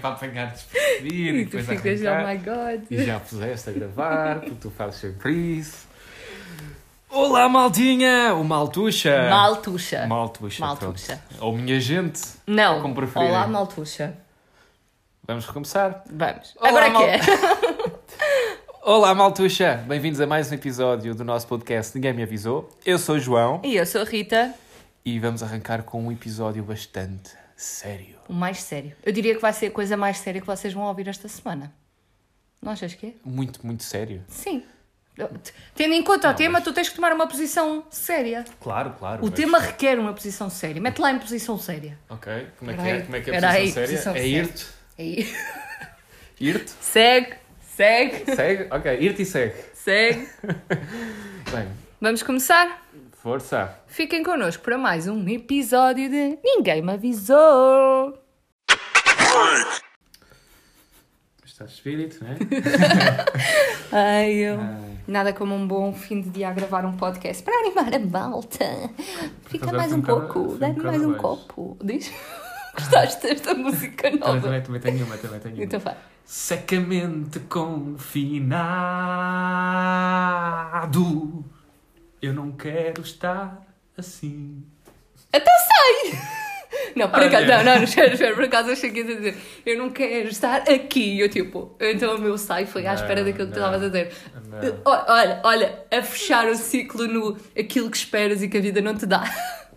Para apanhar despercebido E tu depois ficas, oh arrancar. my god. E já puseste a gravar, porque tu fazes sempre isso. Olá, maldinha! O Maltuxa! É. Maltuxa. Maltuxa, Maltuxa. pronto. Ou minha gente. Não. Como preferirem. Olá, Maltuxa. Vamos recomeçar. Vamos. Olá, Agora mal- que é? Olá, Maltuxa! Bem-vindos a mais um episódio do nosso podcast Ninguém Me Avisou. Eu sou o João E eu sou a Rita, e vamos arrancar com um episódio bastante sério. o mais sério. Eu diria que vai ser a coisa mais séria que vocês vão ouvir esta semana. Não achas que é? Muito, muito sério. Sim. Tendo em conta o tema, tu tens que tomar uma posição séria. Claro, claro. O tema requer uma posição séria. Mete lá em posição séria. Ok, como é que é? Peraí, Como é que é a peraí, posição posição séria? É séria. ir-te? Aí. Ir-te? Segue, segue, Segue? Ok, ir-te e segue. segue. Bem, Vamos começar? força. Fiquem connosco para mais um episódio de Ninguém Me Avisou. Está de espírito, Ah, né? Ai, eu. Ai. Nada como um bom fim de dia a gravar um podcast para animar a malta. Fica acaso mais foi um um bocado- pouco, foi um dá-me bocado mais um abaixo. copo. Diz? Gostaste desta música nova? então também tenho uma, também tenho Então vai. Secamente confinado. Eu não quero estar assim. Até sei! Não, por Olha. acaso, não, não, não, espera, espera, por acaso achei que ia dizer, eu não quero estar aqui. Eu tipo, então o meu sai foi à Não, espera daquilo que tu Ah, não. estavas a dizer. Olha, olha, olha, a fechar o ciclo no aquilo que esperas e que a vida não te dá.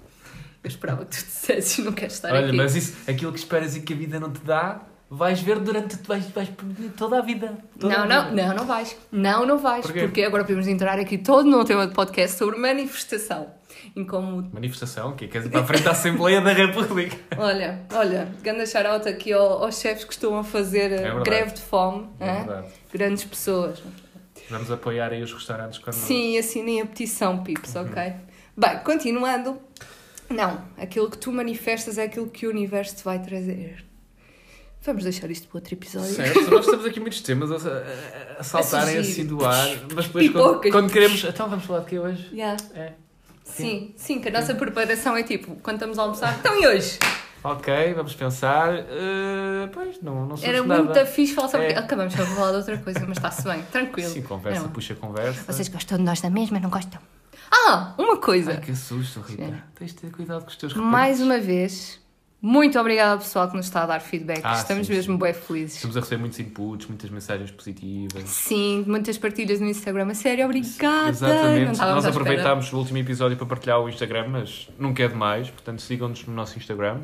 Eu esperava que tu dissesses, não quero estar Olha, aqui. mas isso, aquilo que esperas e que a vida não te dá, vais ver durante vais, vais toda a vida. Toda Não, a não, vida. não, não vais. Não, não vais. Porquê? Porque agora podemos entrar aqui todo num tema de podcast sobre manifestação. Incômodo. Manifestação, o quê? Quer dizer, para a frente da Assembleia da República. Olha, olha, grande charota aqui ao- aos chefes que estão a fazer eh, É verdade. É greve de fome. hã? verdade. É Grandes pessoas. Vamos apoiar aí os restaurantes quando. Sim, assinem a petição, Pips, Uhum. ok? Bem, continuando. Não, aquilo que tu manifestas é aquilo que o universo te vai trazer. Vamos deixar isto para outro episódio. Certo, nós temos aqui muitos temas a, a- a- a saltarem A surgir. assim do ar, mas depois quando, Pipocas. quando queremos. Então vamos falar de quê hoje? Yeah. É. Sim, sim, que a nossa preparação é tipo, quando estamos a almoçar, então e hoje? Ok, vamos pensar. Eh, pois, não, não surge Era nada. muito fixe falar sobre. É. Acabamos de falar de outra coisa, mas está-se bem, tranquilo. Sim, conversa, Não. puxa conversa. Vocês gostam de nós da mesma, não gostam? Ah, uma coisa. Ai, que susto, Rita. Sim. Tens de ter cuidado com os teus reparos. Mais um. uma vez, muito obrigada ao pessoal que nos está a dar feedback. Ah, Estamos sim, mesmo sim. bem felizes. Estamos a receber muitos inputs, muitas mensagens positivas. Sim, muitas partilhas no Instagram. A sério, obrigada. Não Exatamente. estávamos Nós à espera. aproveitámos o último episódio para partilhar o Instagram, mas nunca é demais. Portanto, sigam-nos no nosso Instagram.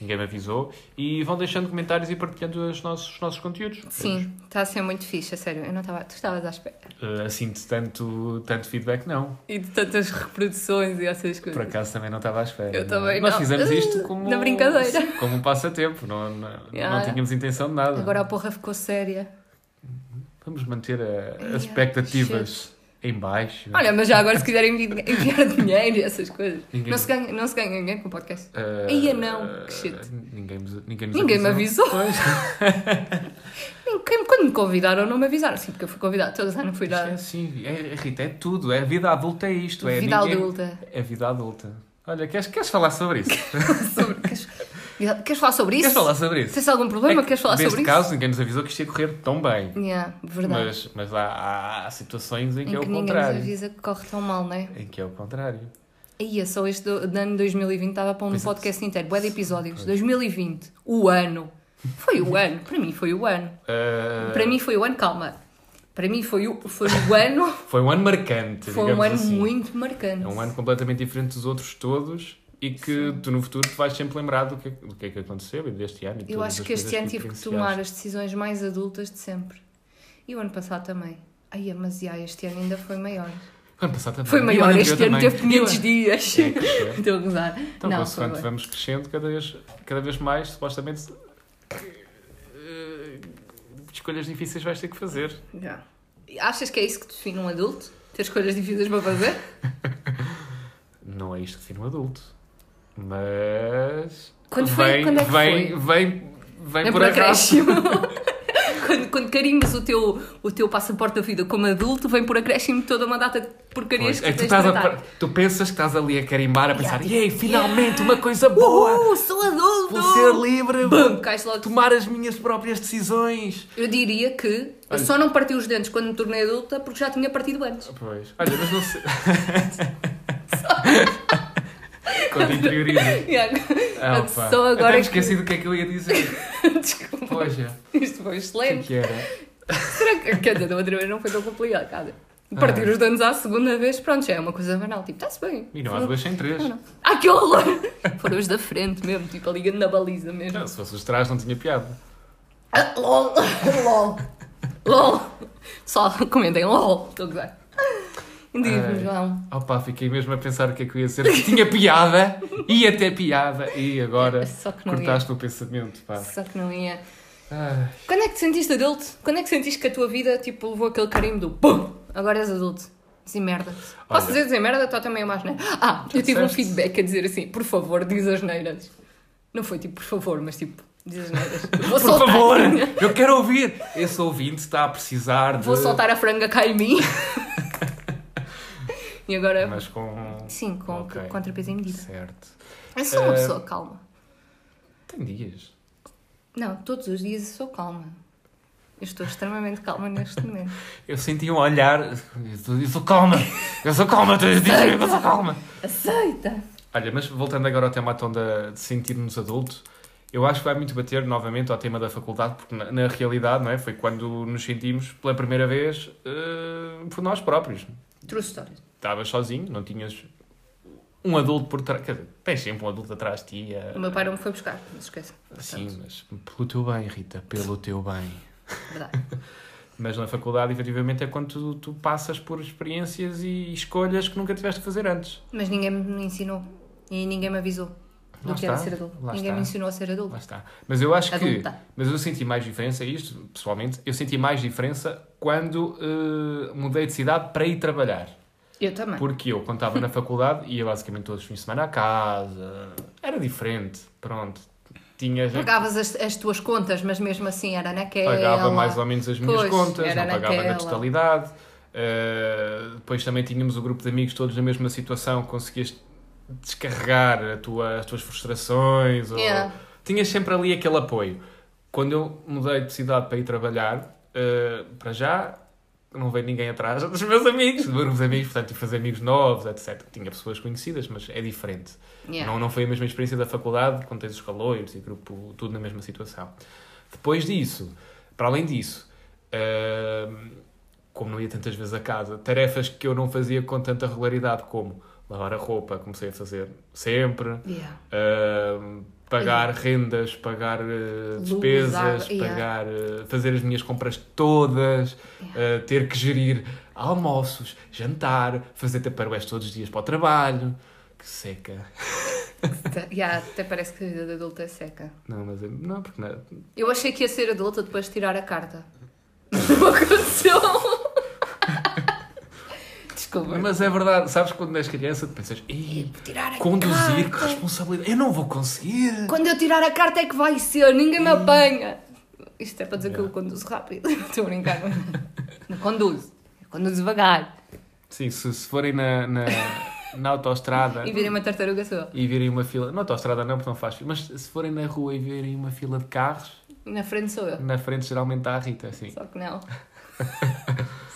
Ninguém me avisou. E vão deixando comentários e partilhando os nossos, os nossos conteúdos. Sim, está a ser muito fixe, a sério. Eu não estava, tu estavas à espera. Eh, assim, de tanto, tanto feedback, não. E de tantas reproduções e essas coisas. Por acaso também não estava à espera. Eu também Nós não. fizemos isto como, Na brincadeira. como um passatempo. Não, não, Yeah. não tínhamos intenção de nada. Agora a porra ficou séria. Vamos manter a- as expectativas em baixo. Olha, mas já agora se quiserem envi- enviar dinheiro e essas coisas. Ninguém- Não se, ganha, não se ganha dinheiro com o podcast. Eh, Ia não, eh, que shit. Ninguém, nos- ninguém, nos Ninguém me avisou. Pois. Ninguém- Quando me convidaram, não me avisaram. Sim, porque eu fui convidada. Todas já não fui Isto é dada. assim, é, é, Rita, é tudo. É a vida adulta é isto. É Vida ninguém- adulta. É a vida adulta. Olha, queres, queres falar sobre isso? Sobre- queres, queres falar sobre isso? queres falar sobre isso? Tens algum problema? É que queres falar neste sobre caso, ninguém nos avisou que isto ia correr tão bem. isso? Yeah, verdade. Mas, mas há, há situações em que em é que o ninguém contrário. nos avisa que corre tão mal, não é? Em que é o contrário. E é só este do, de ano 2020 estava para um Pois é. podcast inteiro. Boa de episódios. 2020. O ano. Foi o ano. Para mim foi o ano. Eh, Para mim foi o ano, calma. Para mim foi o, foi o ano. Foi um ano marcante, Foi um digamos ano assim. muito marcante. É um ano completamente diferente dos outros todos e que tu no futuro te vais sempre lembrar do que, do que é que aconteceu e deste ano. e Eu todas acho as que este coisas ano tive que tomar as decisões mais adultas de sempre. E o ano passado também. Ai, mas já, este ano ainda foi maior. O ano passado também. Foi E o maior, anterior este ano também. teve 500 dias. É, cresceu. Estou a gozar. Então, não, foi consoante bem. vamos crescendo cada vez, cada vez mais, supostamente. eh, Escolhas difíceis vais ter que fazer. Já. E Achas que é isso que define um adulto? Ter escolhas difíceis para fazer? Não é isto que define um adulto. Mas. Quando foi? Vem, Quando é que vem, foi? vem, vem É por acaso. acréscimo. quando, quando carimbas o teu, o teu passaporte da vida como adulto, vem por acréscimo toda uma data de porcarias Pois, é que tu, que tu tens de estás a tratar. par- tu pensas que estás ali a carimbar, a pensar, tipo, ei, finalmente uma coisa boa! Uhul, sou adulto! Vou ser livre, Bum, vou cais logo. tomar as minhas próprias decisões. Eu diria que eu Olha. só não parti os dentes quando me tornei adulta porque já tinha partido antes. Pois. Olha, mas não sei. Quando interiorizo. Yeah. Ah, Portanto, opa. Até só agora. me é que- esqueci do que é que eu ia dizer. Desculpa, Poxa, isto foi o que é excelente. que era? Será que. Quer dizer, da outra vez não foi tão complicado. cara. Partir os dentes à segunda vez, pronto, já é uma coisa banal. Tipo, está-se bem. Ah. E não há duas sem três. Não, não. Ai, que horror! Foram os da frente mesmo, tipo, a ligando na baliza mesmo. Não, se fosse os trás não tinha piada. Ah, LOL! LOL! LOL! Só comentem LOL! Estou a gozar. Diz-me, Ai. João. Opa, fiquei mesmo a pensar o que é que eu ia dizer. Que tinha piada, ia ter piada, e agora É Só que não cortaste o pensamento, pá. ia. Só que não ia. Ai. Quando é que te sentiste adulto? Quando é que sentiste que a tua vida, tipo, levou aquele carimbo do PUM! Agora és adulto. Dizem merda. Olha. Posso dizer dizer merda? Estou também a mais, né? Ah, eu tive um disseste. feedback a dizer assim, por favor, diz as neiras. Não foi tipo, por favor, mas tipo, diz as neiras. Vou Por soltar. favor, eu quero ouvir. Esse ouvinte está a precisar de. Vou soltar a franga cá em mim. e agora. Mas com. Sim, com, Ok. com a em medida. Certo. Eu sou uma Eh, pessoa calma. Tem dias. Não, todos os dias eu sou calma. Eu estou extremamente calma neste momento. Eu senti um olhar. Eu sou- eu sou calma. Eu sou calma. tu dizes que Eu sou calma. Aceita! Olha, mas voltando agora ao tema então, da- de sentirmos adulto, eu acho que vai muito bater novamente ao tema da faculdade, porque na, na realidade, não é? Foi quando nos sentimos pela primeira vez eh, por nós próprios. True story. Estavas sozinho, não tinhas um adulto por trás. Quer dizer, tens sempre um adulto atrás de ti. a- O meu pai não me foi buscar, não se esqueça. Sim, mas pelo teu bem, Rita, pelo teu bem. Verdade. Mas na faculdade, efetivamente, é quando tu, tu passas por experiências e escolhas que nunca tiveste a fazer antes. Mas ninguém me ensinou. E ninguém me avisou. Não Lá quero está, ser adulto. lá Ninguém está. me ensinou a ser adulto. Lá está. Mas eu acho que. Adulta. Mas eu senti mais diferença, isto, pessoalmente, eu senti mais diferença quando eh, mudei de cidade para ir trabalhar. Eu também. Porque eu, quando estava na faculdade, ia basicamente todos os fins de semana à casa. Era diferente, pronto. Tinhas. Pagavas as, as tuas contas, mas mesmo assim era naquela. pagava mais ou menos as minhas Pois, contas, era não pagava naquela. na totalidade. Uh, depois também tínhamos o grupo de amigos todos na mesma situação, conseguias descarregar a tua- as tuas frustrações. ou- Yeah. Tinhas sempre ali aquele apoio. Quando eu mudei de cidade para ir trabalhar, uh, para já não veio ninguém atrás dos meus amigos, dos meus amigos, portanto, tive de fazer amigos novos, etc. Tinha pessoas conhecidas, mas é diferente. Yeah. Não, não foi a mesma experiência da faculdade, quando tens os calores e grupo, tudo na mesma situação. Depois disso, para além disso, hum, como não ia tantas vezes a casa, tarefas que eu não fazia com tanta regularidade, como lavar a roupa, comecei a fazer sempre, Yeah. hum, pagar rendas, pagar eh, despesas, água, yeah. pagar, eh, fazer as minhas compras todas, eh, ter que gerir almoços, jantar, fazer taparoés todos os dias para o trabalho. Que seca. Yeah, até parece que a vida de adulto é seca. Não, mas é- não, porque não, Eu achei que ia ser adulta depois de tirar a carta. Não aconteceu. Desculpa. mas é verdade, sabes quando és criança tu pensas, "Ih, Tirar a conduzir, que carta. responsabilidade, eu não vou conseguir. Quando eu tirar a carta é que vai ser, ninguém me apanha. Isto é para dizer que eu conduzo rápido. Estou a brincar. Não conduzo. Eu conduzo devagar. Sim, se, se forem na, na, na autoestrada E virei uma tartaruga só. e virem uma fila, na autoestrada não, porque não faz fila, mas se forem na rua e virem uma fila de carros, E na frente sou eu. na frente geralmente está a Rita, assim. Só que não.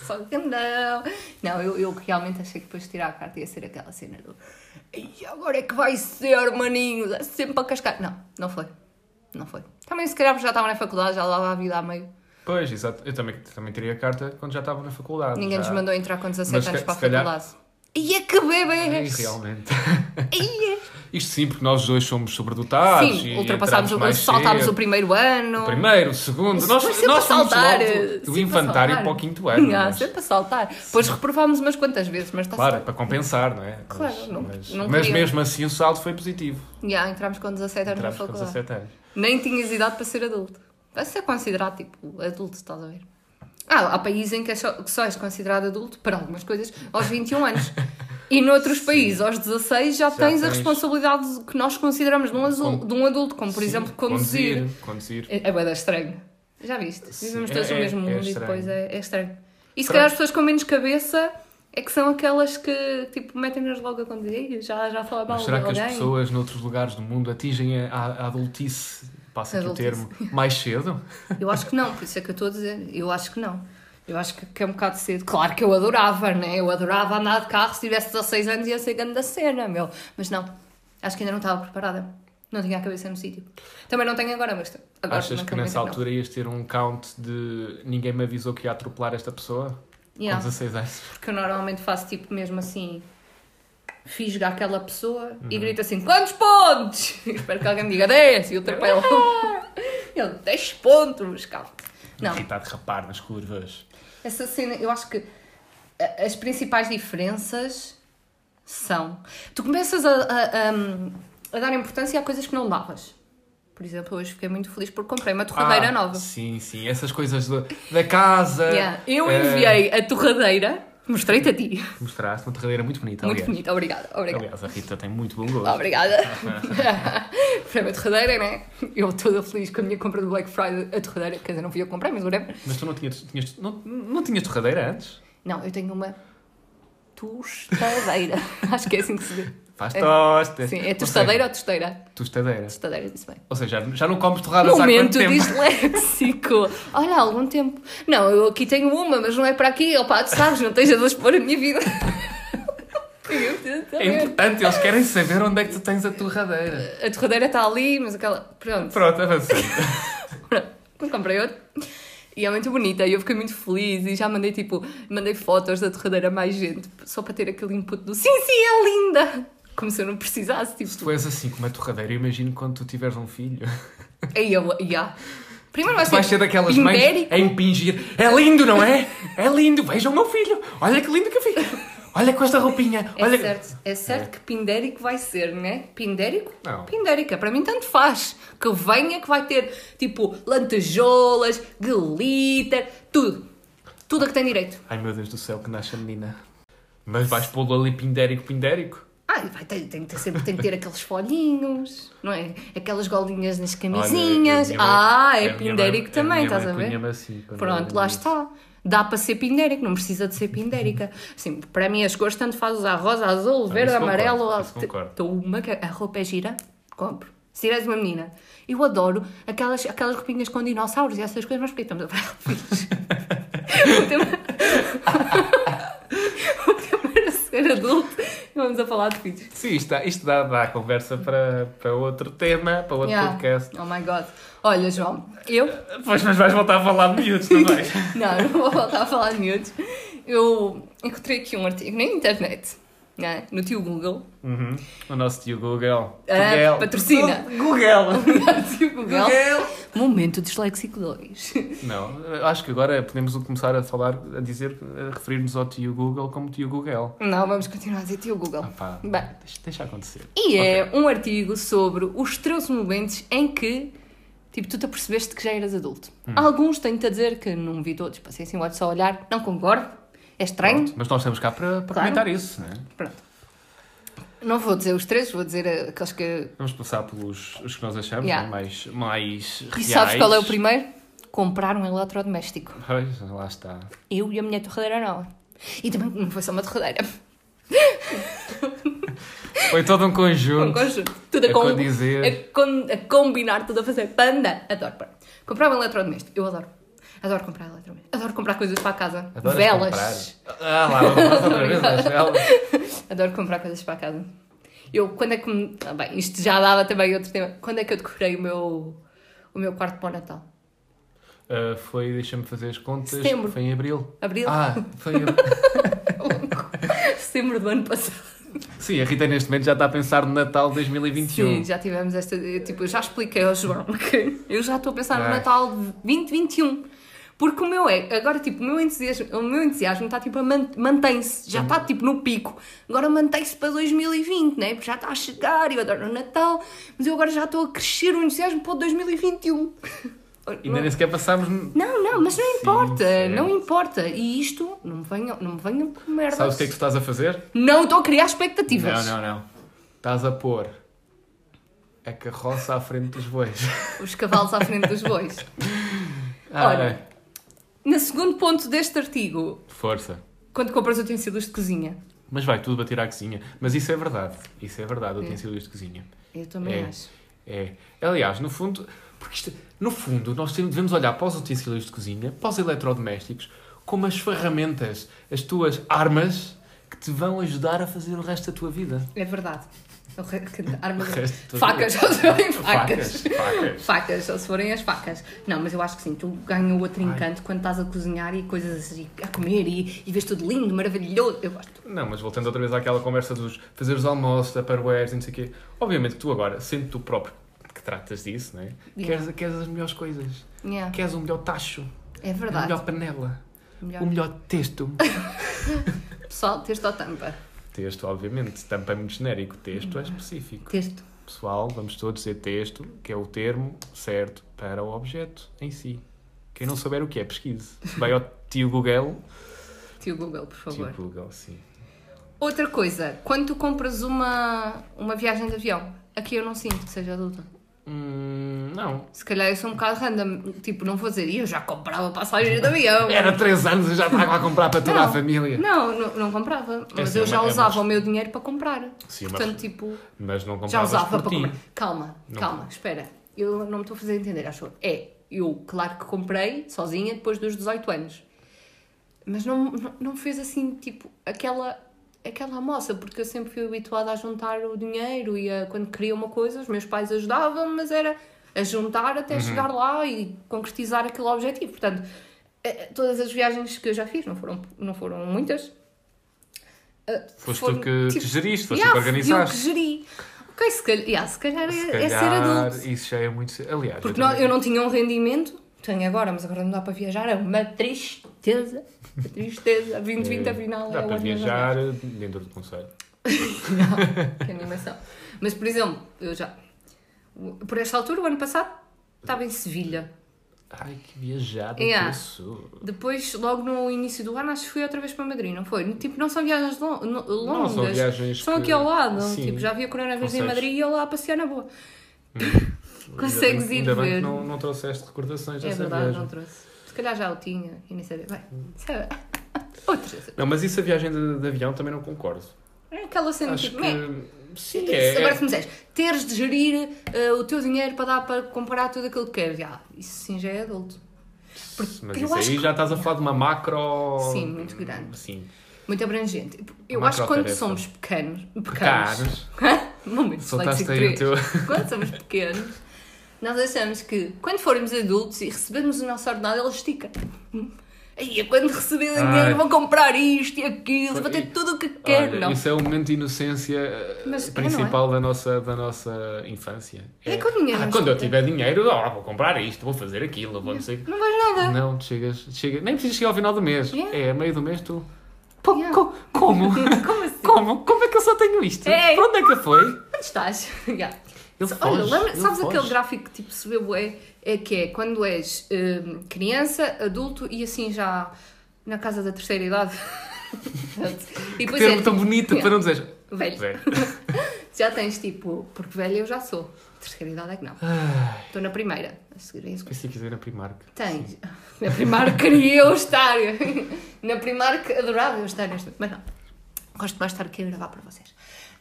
Só que não. Não, eu, eu realmente achei que depois de tirar a carta ia ser aquela cena do. E agora é que vai ser, maninhos. É sempre a cascar. Não, não foi. Não foi. Também se calhar já estava na faculdade, já levava a vida a meio. Pois, exato, eu também, também teria carta quando já estava na faculdade. Ninguém já. nos mandou entrar com 17 Mas se anos ca- para a se calhar- faculdade. Ia que Ih, bebês! é Realmente. Ia! Isto sim, porque nós dois somos sobredotados. Sim, e entramos ultrapassámos, o, mais saltámos cedo. o primeiro ano. O Primeiro, o segundo, Isso nós, foi sempre nós a fomos saltar, logo do, do sempre a infantário saltar. para o quinto ano. Ah, mas- sempre a saltar. Depois reprovámos umas quantas vezes, mas tá está Claro, é certo. para compensar, não é? Claro, mas, não- mas- não mas queria. mesmo assim o saldo foi positivo. Já, entramos com 17 anos Entramos na com faculdade. 17 anos. Nem tinhas idade para ser adulto. Vai ser considerado tipo adulto, estás a ver? Ah, há países em que é só, que só és considerado adulto para algumas coisas aos 21 anos. E noutros países, aos 16, já, tens a tens- responsabilidade que nós consideramos de um, azul- Com- de um adulto, como por Sim, exemplo conduzir. Conduzir. É, é bem estranho. Já viste? Sim, Vivemos é- todos no é- mesmo é mundo e estranho. depois é, é estranho. E se Pronto. calhar as pessoas com menos cabeça é que são aquelas que tipo metem-nos logo a conduzir. Já, já falei mal Mas de será que as alguém. pessoas noutros lugares do mundo atingem a, a adultice, passa aqui o Adultice. termo, mais cedo? Eu acho que não, por isso é que eu estou a dizer. Eu acho que não. Eu acho que, que é um bocado cedo. Claro que eu adorava, né? Eu adorava andar de carro se tivesse 16 anos ia ser grande da cena, meu. Mas não. Acho que ainda não estava preparada. Não tinha a cabeça no sítio. Também não tenho agora, mas agora Achas que também nessa não. altura ias ter um count de ninguém me avisou que ia atropelar esta pessoa? Yeah. Com 16 anos. Porque eu normalmente faço tipo mesmo assim. Fisga aquela pessoa e grito assim: Quantos pontos? E espero que alguém me diga 10 e ultrapelo. Ele 10 pontos, calma. Não, E está de rapar nas curvas. essa cena, eu acho que a- as principais diferenças são. Tu começas a, a- um, a- a dar importância a coisas que não davas. Por exemplo, hoje fiquei muito feliz porque comprei uma torradeira Ah, nova. Sim, sim, essas coisas do- da casa. Yeah. Eu Eh, enviei a torradeira, mostrei-te a ti. Mostraste uma torradeira muito bonita, Muito aliás. bonita, obrigada, obrigada. Aliás, a Rita tem muito bom gosto. Obrigada. Foi uma torradeira, né? Eu toda feliz com a minha compra do Black Friday, a torradeira, quer dizer, não fui eu que comprei, mas whatever. Mas tu não tinhas, tinhas- não, não tinhas torradeira antes? Não, eu tenho uma tostadeira. Acho que é assim que se vê. Faz É. tostas. Sim, é Ou seja, tostadeira ou tosteira? Tostadeira. Tostadeira, disse bem. Ou seja, já, já não comes torradas Momento há quanto tempo? disléxico. Olha, há algum tempo. Não, eu aqui tenho uma, mas não é para aqui. Opa, tu sabes, não tens a expor a minha vida. Eu preciso É saber. importante, eles querem saber onde é que tu tens a torradeira. A torradeira está ali, mas aquela. Pronto. Pronto, avançando. Pronto, comprei outro. E é muito bonita, e eu fiquei muito feliz e já mandei tipo, mandei fotos da torradeira a mais gente, só para ter aquele input do sim, sim, é linda! Como se eu não Se precisasse, tipo, tu és assim como a torradeira, eu imagino quando tu tiveres um filho. aí eu, já. Primeiro vai Tu vais ser ser daquelas mães Pimbérico. a impingir. É lindo, não é? É lindo, vejam o meu filho. Olha que lindo que eu fico. Olha com esta roupinha. É Olha... certo, é certo que pindérico vai ser, né? Pindérico? Não. Pindérica, para mim tanto faz. Que venha que vai ter, tipo, lantejoulas, glitter, tudo. Tudo a que tem direito. Ai meu Deus do céu, que nasce a menina. Mas vais pô-lo ali pindérico, pindérico. Ah, e vai ter, tem, que ter sempre, tem que ter aqueles folhinhos, não é? Aquelas golinhas nas Olha, camisinhas. a minha mãe- ah, é a minha pindérico mãe- minha também, mãe estás a ver? punha-me assim quando Pronto, era lá menino. está. Dá para ser pindérico, não precisa de ser pindérica. Assim, para mim as cores tanto faz usar rosa, azul, verde, isso concordo, amarelo. isso concordo. Estou uma ca- a roupa é gira, compro. Se eres uma menina, eu adoro aquelas, aquelas roupinhas com dinossauros e essas coisas, mas porquê estamos a falar de filhos? O tema- O tema era ser adulto e vamos a falar de filhos. Sim, isto dá, isto dá, dá conversa para, para outro tema, para outro Yeah. podcast. Oh my god. Olha, João, eu Pois, mas vais voltar a falar de miúdos também. Não, não vou voltar a falar de miúdos. Eu encontrei aqui um artigo na internet, né? no tio Google. Uhum. O nosso tio Google. Ah, Google. patrocina. Google. No tio Google. Google. Momento disléxico 2. Não, eu acho que agora podemos começar a falar, a dizer, a referir-nos ao tio Google como tio Google. Não, vamos continuar a dizer tio Google. Ah, pá, Bem. deixa, deixa acontecer. E é um artigo sobre os teus momentos em que, tipo, tu te apercebeste que já eras adulto. Alguns tenho-te a dizer que não vi todos, passei assim, olho só olhar, não concordo, é estranho. Pronto, mas nós estamos cá para, para Claro. comentar isso, não é? Pronto. Não vou dizer os três, vou dizer eh, aqueles que... Vamos passar pelos os que nós achamos Yeah. né, mais, mais E reais. sabes qual é o primeiro? Comprar um eletrodoméstico. Pois, lá está. Eu e a minha torradeira nova. E também não foi só uma torradeira. Foi todo um Um conjunto. conjunto. Tudo a, É com- condizer. a con- a combinar, tudo a fazer. Panda! Adoro, pá. Comprar um eletrodoméstico. Eu adoro. Adoro comprar eletrodoméstico. Adoro comprar coisas para a casa. Adoras Velas. comprar. Ah lá, vamos lá outra vez às velas. Adoro comprar coisas para a casa. Eu, quando é que me... Ah, bem, isto já dava também outro tema. Quando é que eu decorei o meu, o meu quarto para o Natal? Ah, foi, deixa-me fazer as contas. Setembro. Foi em abril. Abril? Ah, foi em abril. Setembro do ano passado. Sim, a Rita neste momento já está a pensar no Natal de 2021. Sim, já tivemos esta. eu, Tipo, eu já expliquei ao João que eu já estou a pensar no Ah. Natal de 2021. Porque o meu é. Agora, tipo, o meu entusiasmo, o meu entusiasmo está tipo a man- mantém-se. Já Uhum. está tipo no pico. Agora mantém-se para 2020, né? Porque já está a chegar. Eu adoro o Natal. Mas eu agora já estou a crescer o entusiasmo para o 2021. Ainda nem sequer passámos. no- Não, não, mas não importa. certo. não importa. E isto, não me venham, não me venham com merda. Sabes o que é que tu estás a fazer? Não estou a criar expectativas. Não, não, não. Estás a pôr a carroça à frente dos bois. Os cavalos à frente dos bois. Ah, Olha. No segundo ponto deste artigo, Força. quando compras utensílios de cozinha, Mas vai tudo bater à cozinha. Mas isso é verdade. Isso é verdade, utensílios de cozinha. eu também É. acho. É. Aliás, no fundo, porque isto- no fundo, nós temos- devemos olhar para os utensílios de cozinha, para os eletrodomésticos, como as ferramentas, as tuas armas que te vão ajudar a fazer o resto da tua vida. É verdade. O re- Armas. O resto da tua Facas, só se forem facas. facas. Facas, só se forem as facas. Não, mas eu acho que sim, tu ganha outro Ai. encanto quando estás a cozinhar e coisas assim, a comer e, e vês tudo lindo, maravilhoso. Eu gosto. Não, mas voltando outra vez àquela conversa dos fazer os almoços, Tupperwares e não sei o quê. Obviamente que tu agora, sendo tu próprio que tratas disso, né? Yeah. Queres, queres as melhores coisas. Yeah, Queres o melhor tacho, É a verdade. melhor panela, Melhor. o melhor texto. Pessoal, texto ou tampa? texto, obviamente. Tampa é muito genérico. Texto é específico. Texto. Pessoal, vamos todos dizer texto, que é o termo certo para o objeto em si. Quem não souber o que é, pesquise. Vai ao tio Google. Tio Google, por favor. Tio Google, sim. Outra coisa, quando tu compras uma, uma viagem de avião, aqui eu não sinto que seja adulta. Hum, não. Se calhar eu sou um bocado random, tipo, não vou dizer, "Ih, eu já comprava passagem de avião. Era 3 anos e já estava a comprar para É toda a Não. família. Não, não, não comprava, mas assim, eu é já uma- é usava uma- o meu dinheiro para comprar. Sim, é mas- Portanto, tipo, Mas não já compravas usava por para ti. comprar. Calma, Não. calma, espera. Eu não me estou a fazer entender, acho. É, eu, claro que comprei sozinha depois dos 18 anos. Mas não, não, não fez assim, tipo, aquela aquela moça, porque eu sempre fui habituada a juntar o dinheiro e a, quando queria uma coisa, os meus pais ajudavam, mas era a juntar Uhum. até chegar lá e concretizar aquele objetivo. Portanto, eh, todas as viagens que eu já fiz, não foram, não foram muitas, eh, Foste foram, tu que, que tipo, geriste, foste Yeah, tu que fui Eu que organizaste. geri. Ok, se calhar, yeah, se calhar, é- Se é ser calhar, adulto. Isso já é muito. ser- Aliás, Porque eu não- também- eu não tinha um rendimento, tenho agora, mas agora não dá para viajar, é uma tristeza. Uma tristeza. 2020 É, afinal Dá é para uma viajar dentro do conselho. Que é animação. Mas por exemplo, eu já. Por esta altura, o ano passado, estava em Sevilha. Ai, que viajada Yeah. que eu sou. Depois, logo no início do ano, acho que fui outra vez para Madrid, não foi? Tipo, não são viagens lon- no- longas. são viagens São que- aqui ao lado. Sim. Tipo, já havia coronavírus em Consegues. Madrid e eu lá a passear na boa. Ainda Consegues bem- ir ainda bem ver. que não, não trouxeste recordações É dessa verdade, viagem. não Não, trouxe. Se calhar já o tinha e nem sabia. Bem, Hum. sabe? Outras. mas isso a viagem de, de avião também não concordo. É aquela cena Acho tipo, que. meh. Sim, Se é. Agora é- se me disseres, teres de gerir eh, o teu dinheiro para dar para comprar tudo aquilo que queres. Já, isso sim já é adulto. Mas eu isso acho aí que- já estás a falar de uma macro. Sim, muito grande. Sim. Muito abrangente. Eu Uma acho que quando macrotarefa. somos pequenos. Pequenos. Caros. Momento Soltaste disléxico aí o três. teu. Quando somos pequenos, nós achamos que quando formos adultos e recebemos o nosso ordenado, ele estica. Hum. Aí, quando receber o Ai. dinheiro, vou comprar isto e aquilo, vou ter tudo o que quero. Olha, não. Isso é o momento de inocência eh, Mas é, principal da, nossa, da nossa infância. É que o dinheiro Ah, não quando eu escuta. tiver dinheiro, ah, vou comprar isto, vou fazer aquilo, vou não sei. o quê. Não vais nada. Não, chegas, chega, nem precisas chegar ao final do mês. Yeah. É, a meio do mês tu. Pô, Yeah. co- como? Como assim? Como? Como é que eu só tenho isto? Ei! Para onde é que foi? Onde estás? Yeah. Ele So- foge, Olha, lembra, ele sabes foge. aquele gráfico que tipo se vê bué? É que é quando és hum, criança, adulto e assim já na casa da terceira idade. Que e depois termo é, tão bonito yeah. para não dizer. Velho. já tens tipo, porque velha eu já sou. Terceira idade é que não. Ai, Estou na primeira. A seguir é isso. pensei que ia dizer na Primark. Tens. Na primária queria eu estar. Na primária que adorava eu estar neste. Mas não. Gosto mais de estar aqui a gravar para vocês.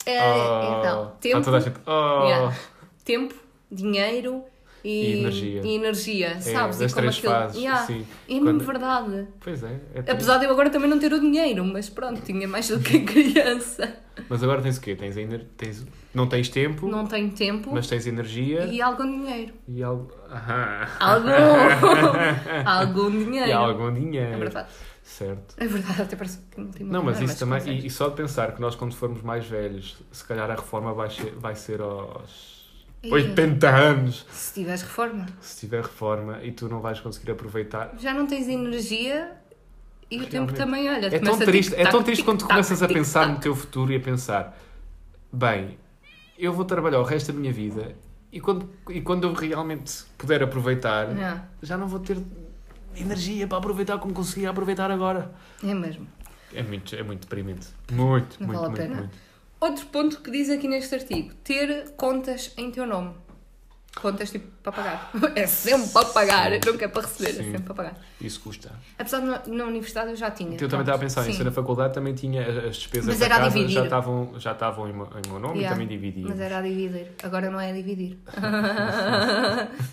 Eh, Oh, então, Está toda a gente. Oh, Yeah. Tempo, dinheiro e, E energia. É, e energia, sabes? das e como três aquilo... fases, Yeah. sim. É mesmo Quando- verdade. Pois é. é tudo. Apesar de eu agora também não ter o dinheiro, mas pronto, tinha mais do que criança. Mas agora tens o quê? Tens ainda. Tens... Não tens tempo, Não tenho tempo mas tens energia e, e algum dinheiro. algo. Aham. Algum! algum dinheiro. E algum dinheiro. É verdade. Certo. É verdade, até parece que não é tenho Não, mas isso também. consegue. E, e só de pensar que nós, quando formos mais velhos, se calhar a reforma vai ser, vai ser aos. Ia. 80 anos! Se tiveres reforma, Se tiver reforma e tu não vais conseguir aproveitar. já não tens energia e o tempo Realmente. também, olha. É tão começa triste, é tão tic-tac, triste quando tu tic-tac, começas a tic-tac. pensar no teu futuro e a pensar: bem, eu vou trabalhar o resto da minha vida e quando, e quando eu realmente puder aproveitar, Yeah, já não vou ter energia para aproveitar como conseguia aproveitar agora. É mesmo. É muito, é muito deprimente. Muito, Não muito, vale a muito, pena. muito. Outro ponto que diz aqui neste artigo: ter contas em teu nome. Contas tipo para pagar. É sempre para pagar, nunca é para receber, é Sim. sempre para pagar. Isso custa. Apesar de na, na universidade eu já tinha. Eu também pronto. estava a pensar nisso. Sim. Na faculdade também tinha eh, as- as despesas Mas da era a casa, já dividir. estavam, já estavam em, meu- em meu nome Yeah. e também dividia. Mas era a dividir. Agora não é a dividir.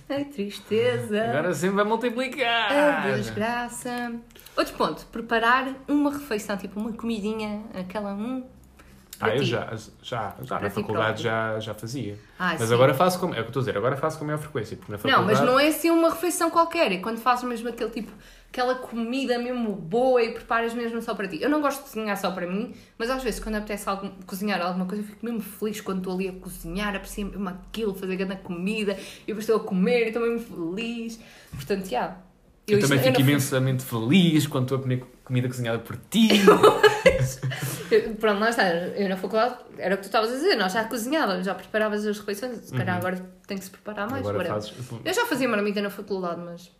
Ai, tristeza. Agora é sempre vai multiplicar. A desgraça. Outro ponto. Preparar uma refeição, tipo uma comidinha, aquela um. Ah, para eu ti. já, já, já na ti faculdade próprio. já, já fazia. Ah, mas sim. agora faço com, é o que eu estou a dizer, agora faço com maior frequência, porque na Não, faculdade... mas não é assim uma refeição qualquer. É quando fazes mesmo aquele tipo, aquela comida mesmo boa e preparas mesmo só para ti. Eu não gosto de cozinhar só para mim, mas às vezes quando apetece algum- cozinhar alguma coisa, eu fico mesmo feliz quando estou ali a cozinhar, aprecio mesmo aquilo, fazer grande comida, e depois estou a comer, estou mesmo feliz. Portanto, já. Eu, também isto- eu é fico não- imensamente feliz quando estou a comer comida cozinhada por ti. Eu- Pronto, lá está. Eu na faculdade, era o que tu estavas a dizer, nós já cozinhávamos, já preparavas as refeições, se calhar agora tem que se preparar mais. Uhum. agora whatever. fazes... Eu já fazia marmita na faculdade, mas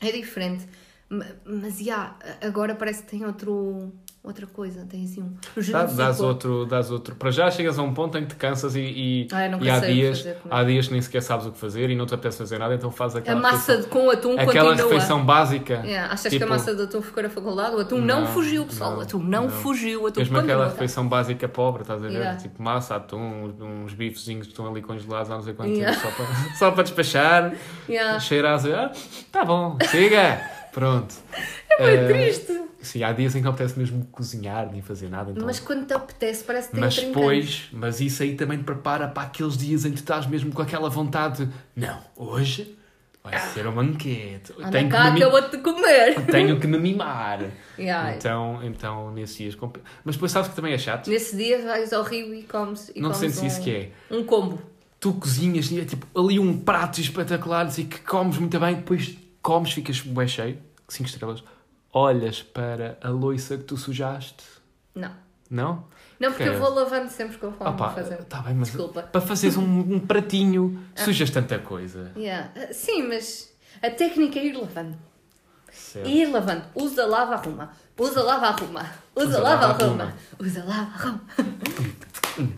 é diferente. Ma- Mas, já, agora parece que tem outro, outra coisa, tem assim um... Dá- giro do Dás sabor. outro, dás outro. Para já chegas a um ponto em que te cansas e, e, Ah, eu nunca e há, sei o que dias, fazer comigo. há dias que nem sequer sabes o que fazer e não te apetece fazer nada, então fazes A aquela massa de- um com atum refeição, aquela continua. refeição básica. Yeah, achas Tipo, que a massa de atum ficou na faculdade? O atum não, Não, fugiu, pessoal. não, o atum não, não. fugiu, o atum Mesmo aquela continua. refeição básica pobre, estás a ver? Yeah. Tipo massa, atum, uns bifezinhos que estão ali congelados há não sei quanto Yeah. tempo, só para, só para despachar, Yeah. cheirar a dizer, ah, tá bom, chega, pronto. É bem Eh, triste. Sim, há dias em que não apetece mesmo cozinhar nem fazer nada, então Mas quando te apetece, parece que tem um Mas outro encanto. depois, mas isso aí também te prepara para aqueles dias em que tu estás mesmo com aquela vontade de, não, hoje vai ser um banquete. Tenho Anda que, me, cá, Ah, que eu mi- vou-te comer. tenho que me mimar. Yeah. Então, então, nesses dias. comp- Mas depois sabes que também é chato. Nesse dia vais ao rio e comes. E não comes sentes um, isso que é. Um combo. Tu cozinhas e é tipo ali um prato espetacular e que comes muito bem, depois comes, ficas bem cheio, 5 estrelas. Olhas para a loiça que tu sujaste, Não. não? Não, porque Ok. eu vou lavando sempre com fome. Opa, vou fazer. tá bem, mas Desculpa. Ah. para fazeres um, um pratinho, sujas tanta coisa. Yeah. Ah, Sim, mas a técnica é ir lavando. Certo. Ir lavando. Usa, lava, arruma. Usa, lava, arruma. Usa, lava, arruma. Usa, lava, arruma.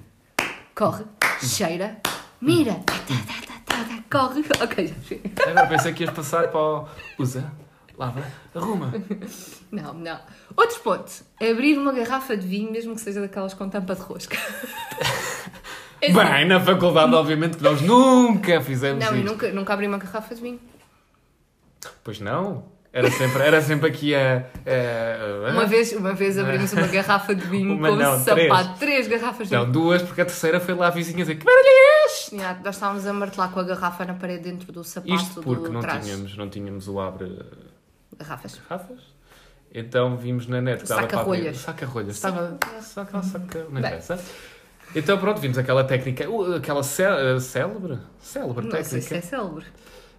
Corre, cheira, mira. Tá, tá, tá, tá, tá. Corre. Ok, já chega. Agora pensei que ias passar para o usa, lava, arruma. Não, não. Outro ponto. É Abrir uma garrafa de vinho, mesmo que seja daquelas com tampa de rosca. É assim. Bem, na faculdade, obviamente, que nós nunca fizemos Não, eu isto. nunca, nunca abri uma garrafa de vinho. Pois não. Era sempre, era sempre aqui a. a- a- Uma vez, uma vez abrimos uma garrafa de vinho É? Uma com não, um sapato. Três, garrafas de Não, vinho. duas, porque a terceira foi lá a vizinha dizer que barulho é este? Já, nós estávamos a martelar com a garrafa na parede dentro do sapato Isto porque do não trás. tínhamos, não tínhamos o abre Garrafas. garrafas. Então vimos na net que dava para Saca-rolhas. abrir- Saca-rolhas. Estava. Saca, saca. Não Bem. interessa. Então pronto, vimos aquela técnica, uh, aquela cé- uh, célebre, célebre Não sei se técnica é célebre.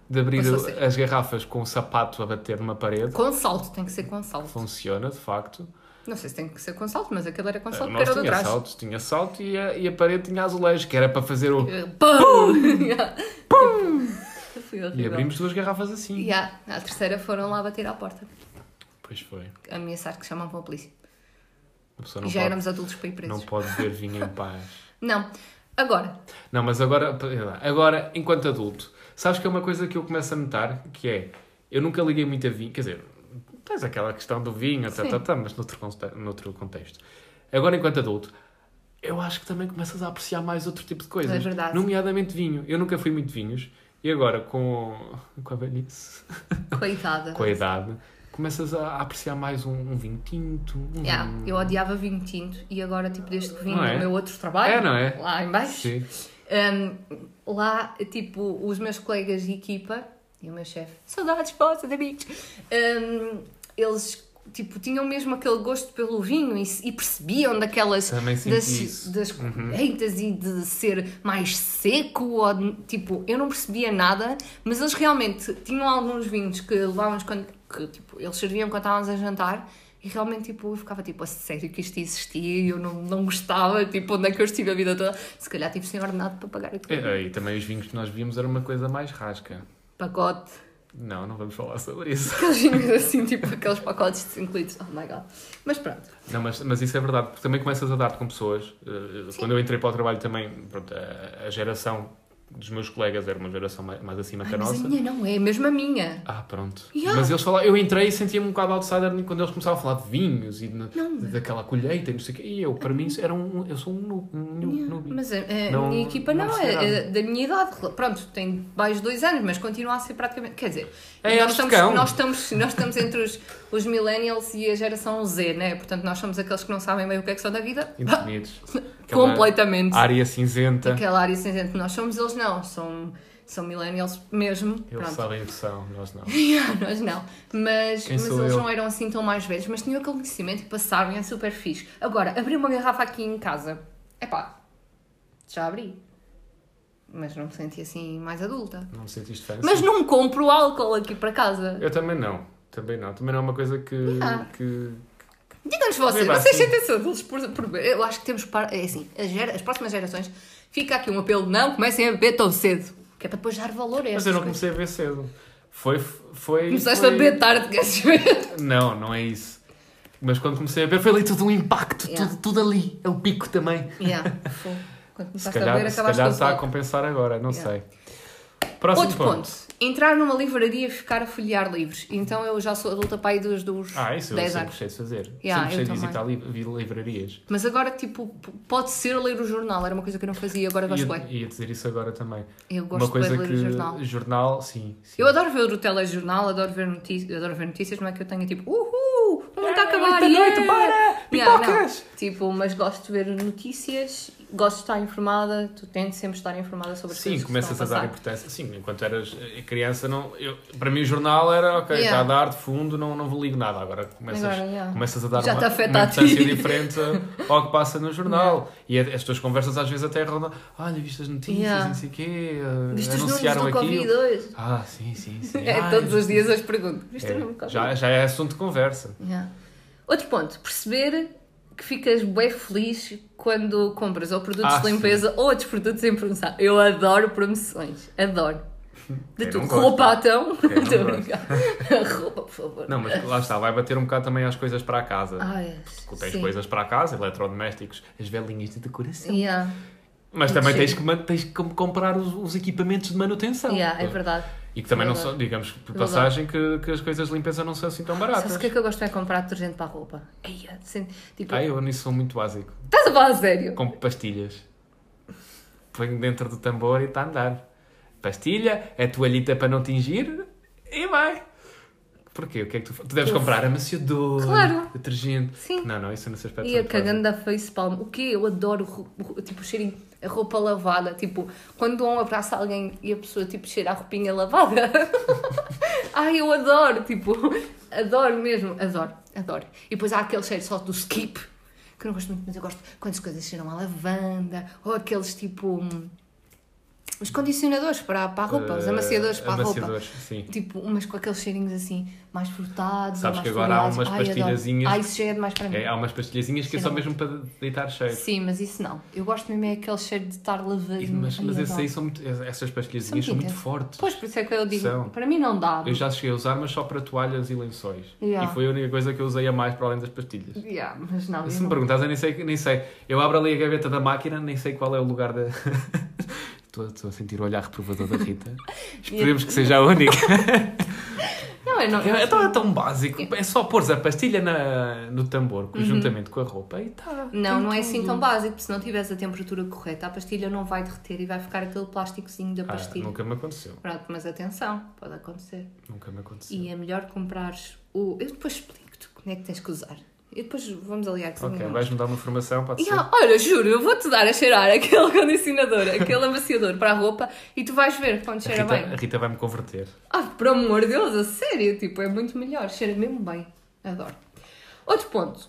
de abrir Passou a ser. as garrafas com o sapato a bater numa parede. Com salto, tem que ser com salto. Funciona, de facto. Não sei se tem que ser com salto, mas aquele era com É, o salto porque nosso era do tinha trás. saltos, tinha salto e a, e a parede tinha azulejo, que era para fazer o... Eh, Pum! Já. Foi E horrível. abrimos duas garrafas assim. Já, a terceira foram lá bater à porta. Pois foi. Ameaçar que chamavam a polícia. A pessoa E não já pode, éramos adultos para ir não presos. pode beber vinho em paz. Não. Agora, Não, mas agora, agora, enquanto adulto, sabes que é uma coisa que eu começo a notar, que é, eu nunca liguei muito a vinho, quer dizer, tens aquela questão do vinho, tá, Sim. tá, tá, mas noutro, conte- noutro contexto. Agora, enquanto adulto, eu acho que também começas a apreciar mais outro tipo de coisas. É verdade. Nomeadamente vinho. Eu nunca fui muito de vinhos. E agora, com, com a velhice, coitada. com a idade, começas a apreciar mais um, um vinho tinto. Um Yeah, vinho... eu odiava vinho tinto e agora, tipo, desde que vim Não é? do meu outro trabalho, É, não é? lá em baixo, Sim. um, lá, tipo, os meus colegas de equipa e o meu chefe, saudades, poça, de amigos, um, eles, tipo, tinham mesmo aquele gosto pelo vinho e, se- e percebiam daquelas... Também senti das, isso. das colheitas e de ser mais seco ou, de- tipo, eu não percebia nada, mas eles realmente tinham alguns vinhos que levávamos quando, que, tipo, eles serviam quando estávamos a jantar e realmente, tipo, eu ficava tipo, a sério que isto existia e eu não, não gostava, tipo, onde é que eu estive a vida toda? Se calhar tive sem ordenado para pagar aquilo. É, E também os vinhos que nós víamos era uma coisa mais rasca. Pacote. Não, não vamos falar sobre isso. Aqueles vinhos assim, tipo, aqueles pacotes de 5 litros. Oh my god. Mas pronto. Não, mas, mas isso é verdade, porque também começas a dar-te com pessoas. Eh, Quando eu entrei para o trabalho também, pronto, a, a geração dos meus colegas era uma geração mais, mais acima que Ai, a mas nossa. a minha não, é mesmo a minha. Ah, pronto. Yeah. Mas eles falavam, eu entrei e sentia-me um bocado outsider quando eles começavam a falar de vinhos e de- Não. daquela colheita e não sei o quê. E eu, para mim, isso era um, eu sou um noob. Um noob, Yeah, noob. Mas a, a Não- minha equipa não não, é, percebi é da minha idade. Pronto, tem mais dois anos, mas continua a ser praticamente. Quer dizer, É, anos nós, de estamos, cão. nós, estamos, nós estamos entre os, os millennials e a geração Z, né? Portanto, nós somos aqueles que não sabem bem o que é que são da vida. Indefinidos. Aquela Completamente. Área cinzenta. Aquela área cinzenta que nós somos, eles não. São, são millennials mesmo. Eles Pronto. sabem o que são, nós não. Yeah, Ah, nós não. Mas, Quem mas sou eles eu? não eram assim tão mais velhos, mas tinham aquele conhecimento e passavam, é super fixe. Agora, abri uma garrafa aqui em casa. Epá, já abri. Mas não me senti assim mais adulta. Não me sentiste fancy. Mas não compro álcool aqui para casa. Eu também não. Também não. Também não é uma coisa que. Ah. que... Digam-nos vocês, Beba vocês assim. sentem-se adultos por, por- Eu acho que temos. Par... É assim, as, gera- as próximas gerações. Fica aqui um apelo: não comecem a beber tão cedo. Que é para depois dar valor a Mas estas eu não coisas. comecei a ver cedo. Foi. foi Começaste foi... a beber tarde, queres ver? Não, não é isso. Mas quando comecei a ver, foi ali tudo um impacto, Yeah. tudo, tudo ali. É o pico também. Yeah, foi. Quando Se começaste a calhar, beber, se acabaste calhar com o está a álcool. compensar agora, não Yeah. sei. Próximo Outro ponto. Entrar numa livraria e ficar a folhear livros. Então eu já sou adulta pai dos, dos Ah, isso eu 10 sempre anos. gostei de fazer. Yeah, sempre gostei de eu também. visitar li vi- livrarias. Mas agora, tipo, p- pode ser ler o jornal. Era uma coisa que eu não fazia, agora gosto Ia, bem. ia dizer isso agora também. Eu Uma gosto bem de coisa ler que. o jornal. jornal, sim. sim. Eu adoro ver o telejornal, adoro ver, notícias, adoro ver notícias, não é que eu tenha tipo, uhul, o mundo está a acabar, muita yeah! noite, para! Yeah, Pipocas! não. tipo, mas gosto de ver notícias, gosto de estar informada, tu tens de sempre estar informada sobre as Sim, coisas que começas a estão dar passar. importância. Sim, enquanto eras eh, criança, não, eu, para mim o jornal era ok, está Yeah. a dar de fundo, não, não vou ligo nada. Agora começas, Agora, yeah. começas a dar Já uma, te afeta uma a ti. importância diferente ao que passa no jornal. E a- as tuas conversas às vezes até rodam, olha, viste as notícias, Yeah. não sei o quê, eh, Viste os números anunciaram do aqui. Covid hoje? Ah, sim, sim, sim. É, Ah, todos isto- os dias as pergunto. Viste o número do é, Covid? já, já é assunto de conversa. Yeah. Outro ponto, perceber que ficas bem feliz quando compras ou produtos Ah, de limpeza ou outros produtos em promoção. Eu adoro promoções, adoro. De Eu tudo. não gosto. Roupa então. Eu não Estou a gosto. brincar. Roupa, por favor. Não, mas lá está, vai bater um bocado também às coisas para a casa. Ah, é. Porque Tens Sim. coisas para a casa, eletrodomésticos, as velinhas de decoração. Yeah. Mas também Sim. tens que, man- tens que com- comprar os, os equipamentos de manutenção. Yeah, é verdade. E que também não Verdade. são, É digamos, por Verdade. passagem, que, que as coisas de limpeza não são assim tão baratas. Sabes o que é que eu gosto é comprar detergente para a roupa? Eia, sen- tipo, Ah, eu nisso sou muito básico. estás a falar a sério? Compro pastilhas. Ponho dentro do tambor e está a andar. Pastilha, a toalhita para não tingir e vai. Porquê? O que é que tu fa- Tu deves Eu- comprar amaciador, Claro. detergente. Sim. Não, não, é isso nesse aspecto E sou a muito básico. cagando da facepalm. O quê? Eu adoro ru- ru- tipo, o cheirinho, a roupa lavada. Tipo, quando dou um abraço a alguém e a pessoa tipo, cheira a roupinha lavada. Ai, eu adoro, tipo, adoro mesmo, adoro, adoro. E depois há aquele cheiro só do skip, que eu não gosto muito, mas eu gosto quando as coisas cheiram a lavanda, ou aqueles tipo. hum, Os condicionadores para, para a roupa, os Eh, amaciadores para a roupa. amaciadores, sim. Tipo, mas com aqueles cheirinhos assim, mais frutados. Sabes ou mais que agora há floreados. umas Ai, adoro. pastilhazinhas- Ai, isso já é demais para mim. É, há umas pastilhazinhas que é só Cheira mesmo para deitar cheiro. Sim, mas isso não. Eu gosto mesmo é aquele cheiro de estar lavadinho. E- Mas, Ai, mas esse é adoro. aí são muito, essas pastilhazinhas são São muito muito intensas. fortes. Pois, por isso é que eu digo, São. para mim não dá. Eu já cheguei a usar, mas só para toalhas e lençóis. Yeah. E foi a única coisa que eu usei a mais para além das pastilhas. Yeah, mas não, eu Se me não. perguntas, eu nem sei, nem sei. Eu abro ali a gaveta da máquina, nem sei qual é o lugar da. estou, estou a sentir o olhar reprovador da Rita. Esperemos que seja a única. Não, eu não. É tão, é tão básico. É só pôr a pastilha na- no tambor, Uhum. juntamente com a roupa, e tá. Não, não é assim tão básico, porque se não tiveres a temperatura correta, a pastilha não vai derreter e vai ficar aquele plásticozinho da Ah, pastilha. nunca me aconteceu. Pronto, mas atenção, pode acontecer. Nunca me aconteceu. E é melhor comprares o. Eu depois explico-te como é que tens que usar. E depois vamos aliar que Ok, vais-me dar uma formação, pode E ser. ela, olha, juro, eu vou-te dar a cheirar aquele condicionador, aquele amaciador para a roupa e tu vais ver quando A cheira Rita, bem. a Rita vai-me converter. Ah, por amor de Deus, a sério, tipo, é muito melhor, cheira mesmo bem, adoro. Outro ponto.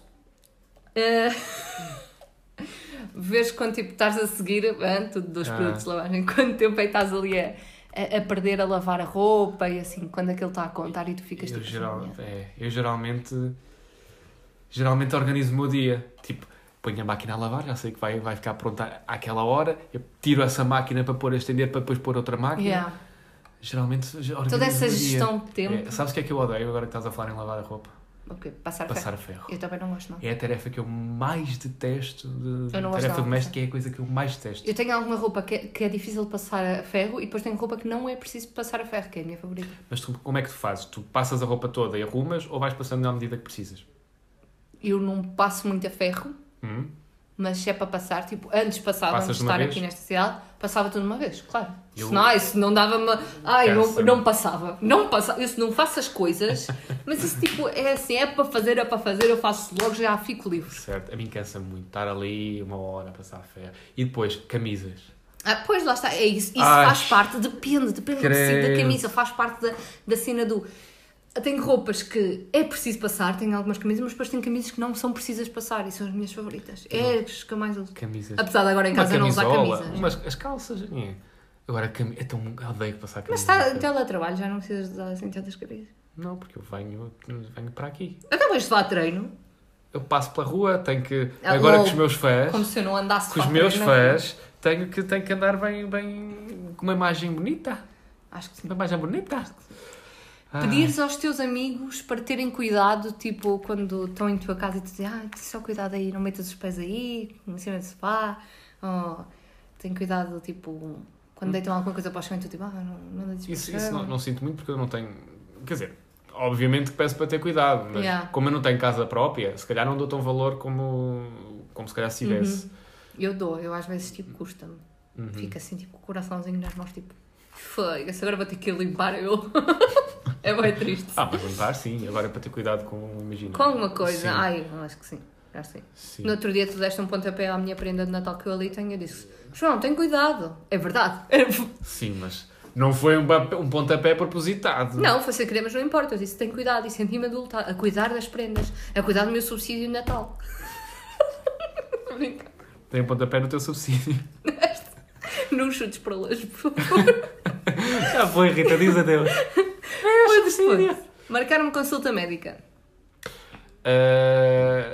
Eh, Vês quando tipo, estás a seguir, ah, tudo dos Ah. produtos de lavagem, quanto tempo é que estás ali a, a- a perder a lavar a roupa e assim, quando aquele está a contar e tu ficas Eu, tipo. assim, geral- "Minha". é, eu geralmente geralmente organizo o meu dia. Tipo, ponho a máquina a lavar, já sei que vai, vai ficar pronta àquela hora. Eu tiro essa máquina para pôr a estender, para depois pôr outra máquina. Yeah. Geralmente ge- organizo Toda essa o meu dia. gestão de tempo. É, sabes o que é que eu odeio agora que estás a falar em lavar a roupa? Ok, passar, Passar ferro. a ferro. Eu também não gosto, não. É a tarefa que eu mais detesto. De... Eu não gosto tarefa nada. doméstica é a coisa que eu mais detesto. Eu tenho alguma roupa que é, que é difícil de passar a ferro e depois tenho roupa que não é preciso passar a ferro, que é a minha favorita. Mas tu, como é que tu fazes? Tu passas a roupa toda e arrumas ou vais passando à medida que precisas? Eu não passo muito a ferro, Hum? mas se é para passar, tipo, antes passava, Passas antes de de uma estar vez? aqui nesta cidade, passava tudo de uma vez, claro. Eu- Se não, isso não dava-me. Ai, não, Cansa-me. não passava. Não passava. Isso não faço as coisas, mas isso tipo, é assim, é para fazer, é para fazer, eu faço logo, já fico livre. Certo. A mim cansa muito estar ali uma hora a passar a ferro. E depois, camisas. Ah, pois lá está, é isso. Isso Ai, faz parte, depende, depende do tecido da credo. camisa, faz parte da, da cena do. Tenho roupas que é preciso passar, tenho algumas camisas, mas depois tenho camisas que não são precisas passar e são as minhas favoritas. É Uhum. as que eu mais uso. Camisas. Apesar de agora em casa não usar camisas. Umas, as calças. É. Agora, cami... é tão... eu odeio passar Mas camisas. está então em teletrabalho, já não precisas de usar assim tantas camisas. Não, porque eu venho, venho para aqui. Acabas de lá treino, Eu passo pela rua, tenho que. Ah, agora lol. com os meus fãs. como se eu não andasse Com os lá meus treino. fãs, tenho que, tenho que andar bem, bem. com uma imagem bonita. Acho que sim. Uma imagem bonita. Ah. Pedires aos teus amigos para terem cuidado, tipo, quando estão em tua casa e te dizem, ah, tem só cuidado aí, não metas os pés aí, em cima do sofá, ou tem cuidado, tipo, quando deitam alguma coisa para o chão e tu, tipo, ah, não, não deites para Hum. o Isso, isso chão. não, não sinto muito porque eu não tenho. Quer dizer, obviamente que peço para ter cuidado, mas Yeah. como eu não tenho casa própria, se calhar não dou tão valor como, como se calhar se Uhum. tivesse. Eu dou, eu às vezes, tipo, custa-me. Uhum. Fico assim, tipo, com o coraçãozinho nas mãos, tipo, foda-se, agora vou ter que ir limpar eu. é bem triste. Ah, mas limpar sim, agora é para ter cuidado com. Imagina. Com alguma coisa, Sim, ai, eu acho que sim, acho que sim. sim. No outro dia tu deste um pontapé à minha prenda de Natal que eu ali tenho, eu disse, João, tem cuidado. É verdade. Sim, mas não foi um, ba- um pontapé propositado. Não, foi sem querer, mas não importa. Eu disse, tem cuidado e senti-me adulta a cuidar das prendas, a cuidar do meu subsídio de Natal. Brinca. Tem um pontapé no teu subsídio. não chutes para longe, por favor. Já foi, Rita, diz adeus. Outro ponto. Marcar uma consulta médica. Ah,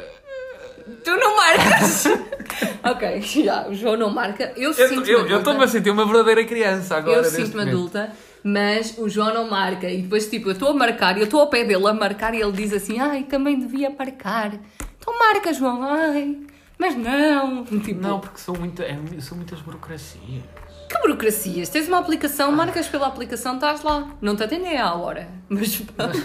Tu não marcas! ok, já, o João não marca. Eu sinto-me eu eu estou-me adulta. a sentir uma verdadeira criança agora. Eu neste sinto-me momento. adulta, mas o João não marca. E depois, tipo, eu estou a marcar, eu estou ao pé dele a marcar e ele diz assim: Ai, também devia marcar. Então marca, João, ai. Mas não. Tipo, Não, porque são, muita, é, são muitas burocracias. Que burocracias? Tens uma aplicação, marcas pela aplicação, estás lá. Não te atendem à hora. Mas pronto.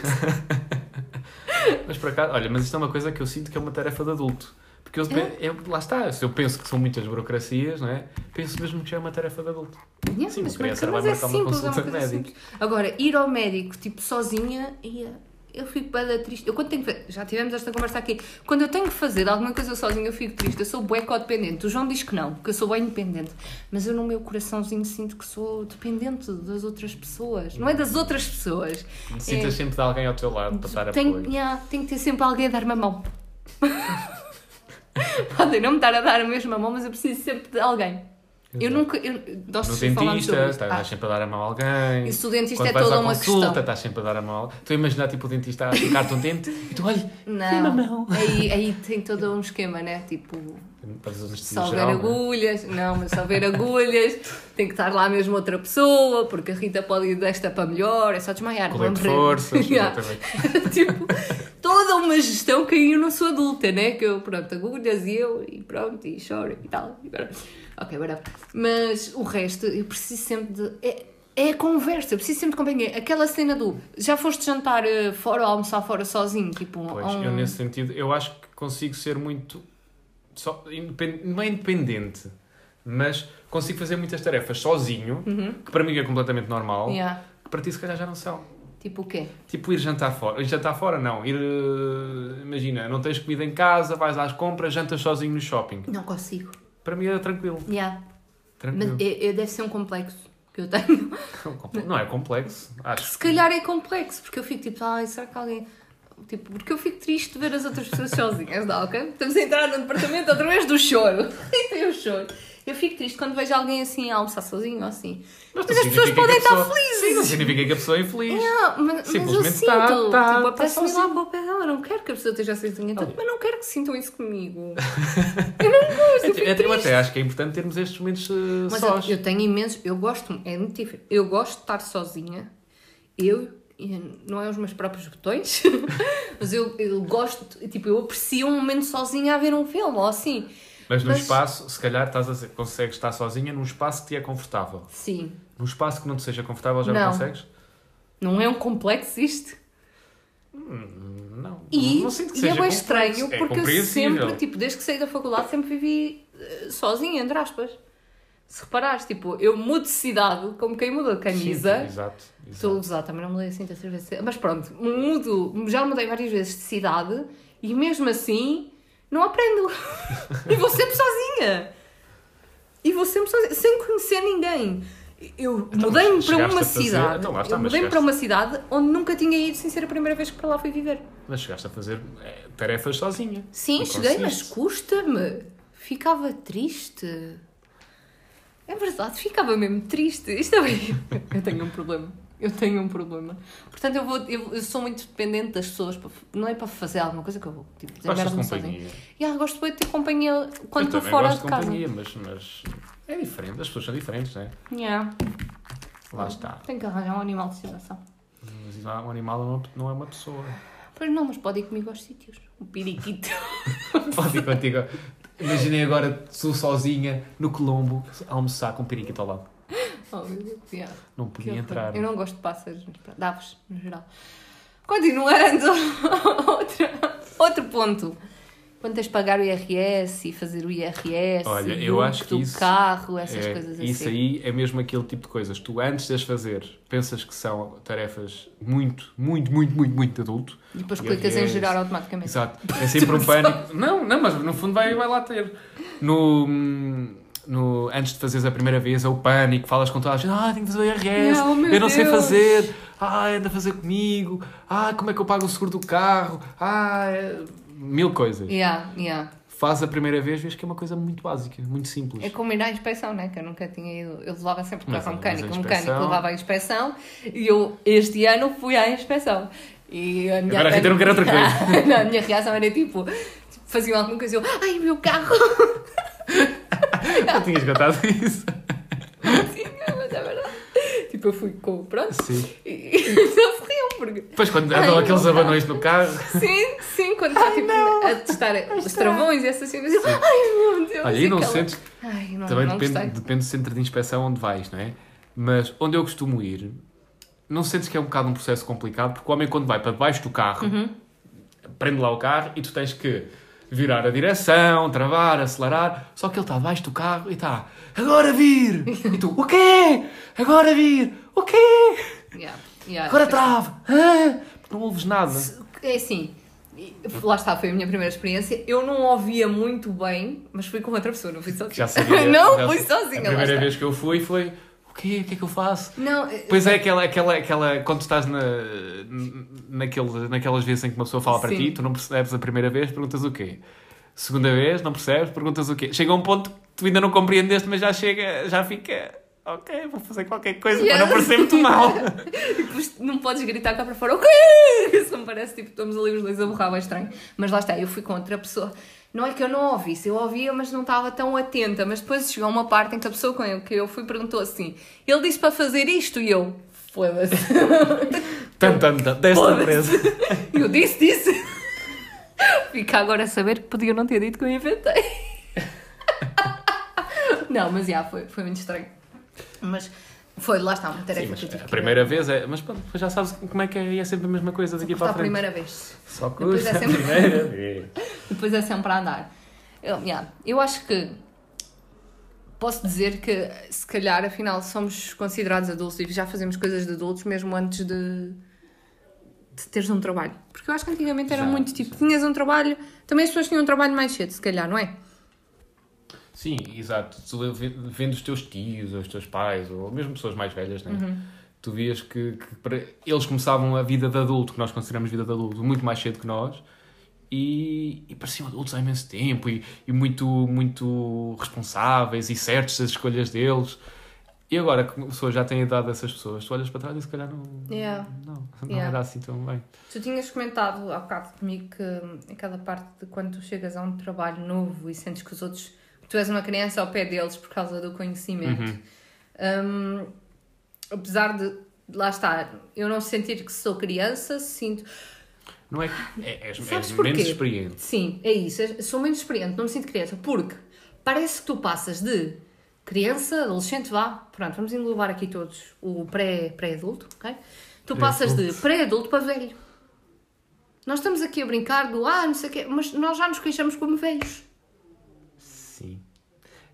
Mas por acaso, olha, mas isto é uma coisa que eu sinto que é uma tarefa de adulto. Porque eu, É? eu- lá está, se eu penso que são muitas burocracias, não é? Penso mesmo que já é uma tarefa de adulto. Yeah, Sim, mas uma criança marca- vai mas é marcar uma simples, é uma consulta coisa médica. simples. Agora, ir ao médico, tipo, sozinha, ia. Eu fico bué da triste. Eu quando tenho que fa- Já tivemos esta conversa aqui. Quando eu tenho que fazer alguma coisa sozinha, eu fico triste. Eu sou bué codependente. O João diz que não, que eu sou bem independente. Mas eu no meu coraçãozinho sinto que sou dependente das outras pessoas. Não é Uhum. das outras pessoas. É- Necessitas sempre de alguém ao teu lado para dar tem, apoio. yeah, tem que ter sempre alguém a dar-me a mão. Podem não me estar a dar a mesma mão, mas eu preciso sempre de alguém. Eu Exato. nunca. Eu, nós No falámos sobre dentista, isto. Ah, estás sempre a dar a mão a alguém. Isso do dentista Quando é vais toda à uma consulta, questão. estás sempre a dar a mão a alguém. Estou a imaginar tipo o dentista a picar-te um dente e tu, olha, Não, uma mão. Aí, aí tem todo um esquema, né? Tipo, Fazes se anestesia houver geral, não é? agulhas, não, mas se houver agulhas, tem que estar lá mesmo outra pessoa, porque a Rita pode ir desta para melhor, é só desmaiar. Colete de vamos ver. forças, Yeah. exatamente. tipo, toda uma gestão que aí eu não sou adulta, né? Que eu, pronto, agulhas e eu, e pronto, e choro e tal. E agora- ok, bora. Mas o resto, eu preciso sempre de. É, é a conversa, eu preciso sempre de companhia. Aquela cena do já foste jantar eh, fora ou almoçar fora sozinho, tipo. Pois, um- eu nesse sentido, eu acho que consigo ser muito. Só, independ- não é independente, mas consigo fazer muitas tarefas sozinho, que para mim é completamente normal, Uhum. Yeah. que para ti se calhar já não são. Tipo o quê? Tipo, ir jantar fora. Ir jantar fora, não. Ir. eh, Imagina, não tens comida em casa, vais às compras, jantas sozinho no shopping. Não consigo. Para mim é tranquilo. Yeah. Mas tranquilo. é- é- deve ser um complexo que eu tenho. Não é complexo. Acho Se calhar é complexo, porque eu fico tipo, ai, será que alguém. Tipo, porque eu fico triste de ver as outras pessoas sozinhas, dá, ok? Estamos a entrar no departamento através do choro. E tem o choro. Eu fico triste quando vejo alguém assim a almoçar sozinho ou assim. Mas, não as significa pessoas que a podem estar pessoa- Sim, não felizes. significa que a pessoa é infeliz. Ah, mas, mas eu Simplesmente sinto, tá- tá- tipo, tá apetece-me ir lá sozinho. para o pé dela. Eu não quero que a pessoa esteja sozinha, então, Olha. mas não quero que sintam isso comigo. Eu não gosto, eu Eu, fico até- eu triste. até acho que é importante termos estes momentos eh, Mas sós. eu, eu tenho imensos. Eu gosto. É muito diferente. Eu gosto de estar sozinha. Eu e não é os meus próprios botões, mas eu, eu gosto, tipo, eu aprecio um momento sozinha a ver um filme, ou assim. Mas num Mas- espaço, se calhar estás a, consegues estar sozinha num espaço que te é confortável. Sim. Num espaço que não te seja confortável já não, Não. consegues? Não é um complexo isto? Hum, Não. E, não sinto que e é seja bem complexo. estranho É porque eu compreensível. sempre, tipo, desde que saí da faculdade, sempre vivi eh, sozinha, entre aspas. Se reparares, tipo, eu mudo de cidade, como quem muda de Sim, camisa. exato. exato. Estou a gozar, também não mudei assim tantas vezes. Mas pronto, mudo, já mudei várias vezes de cidade e mesmo assim não aprendo. e vou sempre sozinha. E vou sempre sozinha, sem conhecer ninguém. Então, Eu mas mudei-me para chegaste a uma fazer- cidade. então, lá está, eu mas mudei-me chegaste- para uma cidade onde nunca tinha ido sem ser a primeira vez que para lá fui viver. Mas chegaste a fazer eh, tarefas sozinha. Sim, Não cheguei, mas conseguiste. custa-me. Ficava triste. É verdade, ficava mesmo triste. Isto é bem... Eu tenho um problema. Eu tenho um problema. Portanto, eu, vou, eu, eu sou muito dependente das pessoas. para f- não é para fazer alguma coisa que eu vou. Tipo, dizer Gostas de merda companhia. sozinha. E ah, gosto bem de ter companhia quando Eu estou também fora gosto de casa. companhia, mas, mas é diferente. As pessoas são diferentes, né? Yeah. Lá está. Tenho que arranjar um animal de estimação. Mas um animal não- não é uma pessoa. Pois não, mas pode ir comigo aos sítios. Um periquito. Pode ir contigo. Imaginei agora, sou sozinha, no Colombo, a almoçar com um periquito ao lado. Oh, meu Deus. Yeah. Não Que podia horror. entrar. Eu não gosto de pássaros, mas pronto, de aves, no geral. Continuando, outro, outro ponto. Quando tens de pagar o IRS e fazer o IRS, Olha, e eu o acho que do isso carro, essas É, coisas assim. isso aí é mesmo aquele tipo de coisas. Tu, antes de as fazer, pensas que são tarefas muito, muito, muito, muito, muito de adulto. E depois E clicas em IRS. gerar automaticamente. Exato. É sempre um pânico. Não, não, mas no fundo vai, vai lá ter. No, no, antes de fazeres a primeira vez, é o pânico. Falas com toda a gente. Ah, tenho que fazer o IRS. Não, meu eu não sei Deus." fazer. Ah, anda a fazer comigo. Ah, como é que eu pago o seguro do carro? Ah, é- mil coisas. Yeah, yeah. Faz a primeira vez, vês que é uma coisa muito básica, muito simples. É como ir à inspeção, né? Que eu nunca tinha ido. Eu levava sempre Mas carro ao vamos à mecânico. O inspeção. mecânico levava à inspeção e eu, este ano, fui à inspeção. E a minha Agora a Rita não quer outra coisa. Não, a minha reação era tipo: faziam alguma coisa e eu, ai, meu carro! Não tinhas contado isso. Sim, mas é verdade. Tipo, eu fui com. Pronto. Sim. E e só se riam, porque. Depois quando Ai, andam aqueles não. abanões no carro. Sim, sim, quando está tipo, a testar os travões e essas coisas, eu, ai meu Deus! é Olha, aí não aquela- sentes. Ai, não, Também não depende, gostei. depende do centro de inspeção onde vais, não é? Mas onde eu costumo ir, não sentes que é um bocado um processo complicado, porque o homem quando vai para debaixo do carro, Uhum. prende lá o carro e tu tens que virar a direção, travar, acelerar, só que ele está debaixo do carro e está, agora vir! E tu, o quê? Agora vir! O quê? Yeah, yeah, Agora depois- trave! Ah! Não ouves nada. É assim, e- lá está, foi a minha primeira experiência. Eu não ouvia muito bem, mas fui com outra pessoa, não fui sozinha. Já sabia. não, já fui sabia. sozinha, A lá primeira está. vez que eu fui foi, o quê? O que é que eu faço? Não, eh, Pois é, aquela, aquela, aquela, quando estás na, naquele, naquelas vezes em que uma pessoa fala para Sim. ti, tu não percebes a primeira vez, perguntas o quê? Segunda vez, não percebes, perguntas o quê? Chega a um ponto que tu ainda não compreendeste, mas já chega, já fica, ok, vou fazer qualquer coisa para Yeah. não parecer muito mal. Depois não podes gritar cá para fora, o quê? Isso me parece tipo, estamos ali os dois a borrar, é estranho. Mas lá está, eu fui com outra pessoa. Não é que eu não ouvisse, eu ouvia, mas não estava tão atenta. Mas depois chegou uma parte em que a pessoa com que eu fui perguntou assim: ele disse para fazer isto e eu, foda-se. Tan, tan, tan, desta empresa. E eu disse, disse. Fica agora a saber que podia não ter dito que eu inventei. Não, mas já, foi, foi muito estranho. Mas foi, lá está, uma tarefa que eu tive A que primeira vez é, mas pronto, depois já sabes como é que é, e é sempre a mesma coisa daqui cortar para a a frente. primeira vez. Só que Depois é a sempre- primeira vez. Depois é sempre a andar. Eu, yeah, eu acho que posso dizer que se calhar afinal somos considerados adultos e já fazemos coisas de adultos mesmo antes de, de teres um trabalho. Porque eu acho que antigamente era Já, muito tipo, tinhas um trabalho, também as pessoas tinham um trabalho mais cedo, se calhar, não é? Sim, exato. Tu ve- vendo os teus tios, ou os teus pais, ou mesmo pessoas mais velhas, né? Uhum. tu vias que, que para- eles começavam a vida de adulto, que nós consideramos vida de adulto, muito mais cedo que nós, e, e pareciam adultos há imenso tempo, e, e muito, muito responsáveis e certos das escolhas deles. E agora que a pessoa já tem a idade dessas pessoas, tu olhas para trás e se calhar não, Yeah. não, não Yeah. era assim tão bem. Tu tinhas comentado há bocado comigo que hum, aquela parte de quando tu chegas a um trabalho novo e sentes que os outros. que tu és uma criança ao pé deles por causa do conhecimento. Hum, apesar de lá está, eu não sentir que sou criança, sinto. Não é que. É, és, Sabes és porquê? menos experiente. Sim, é isso. Eu Sou menos experiente, não me sinto criança. Porque parece que tu passas de criança, adolescente, vá. Pronto, vamos englobar aqui todos o pré- pré-adulto, ok? Tu passas de pré-adulto para velho. Nós estamos aqui a brincar do ah, não sei o quê, mas nós já nos queixamos como velhos. Sim.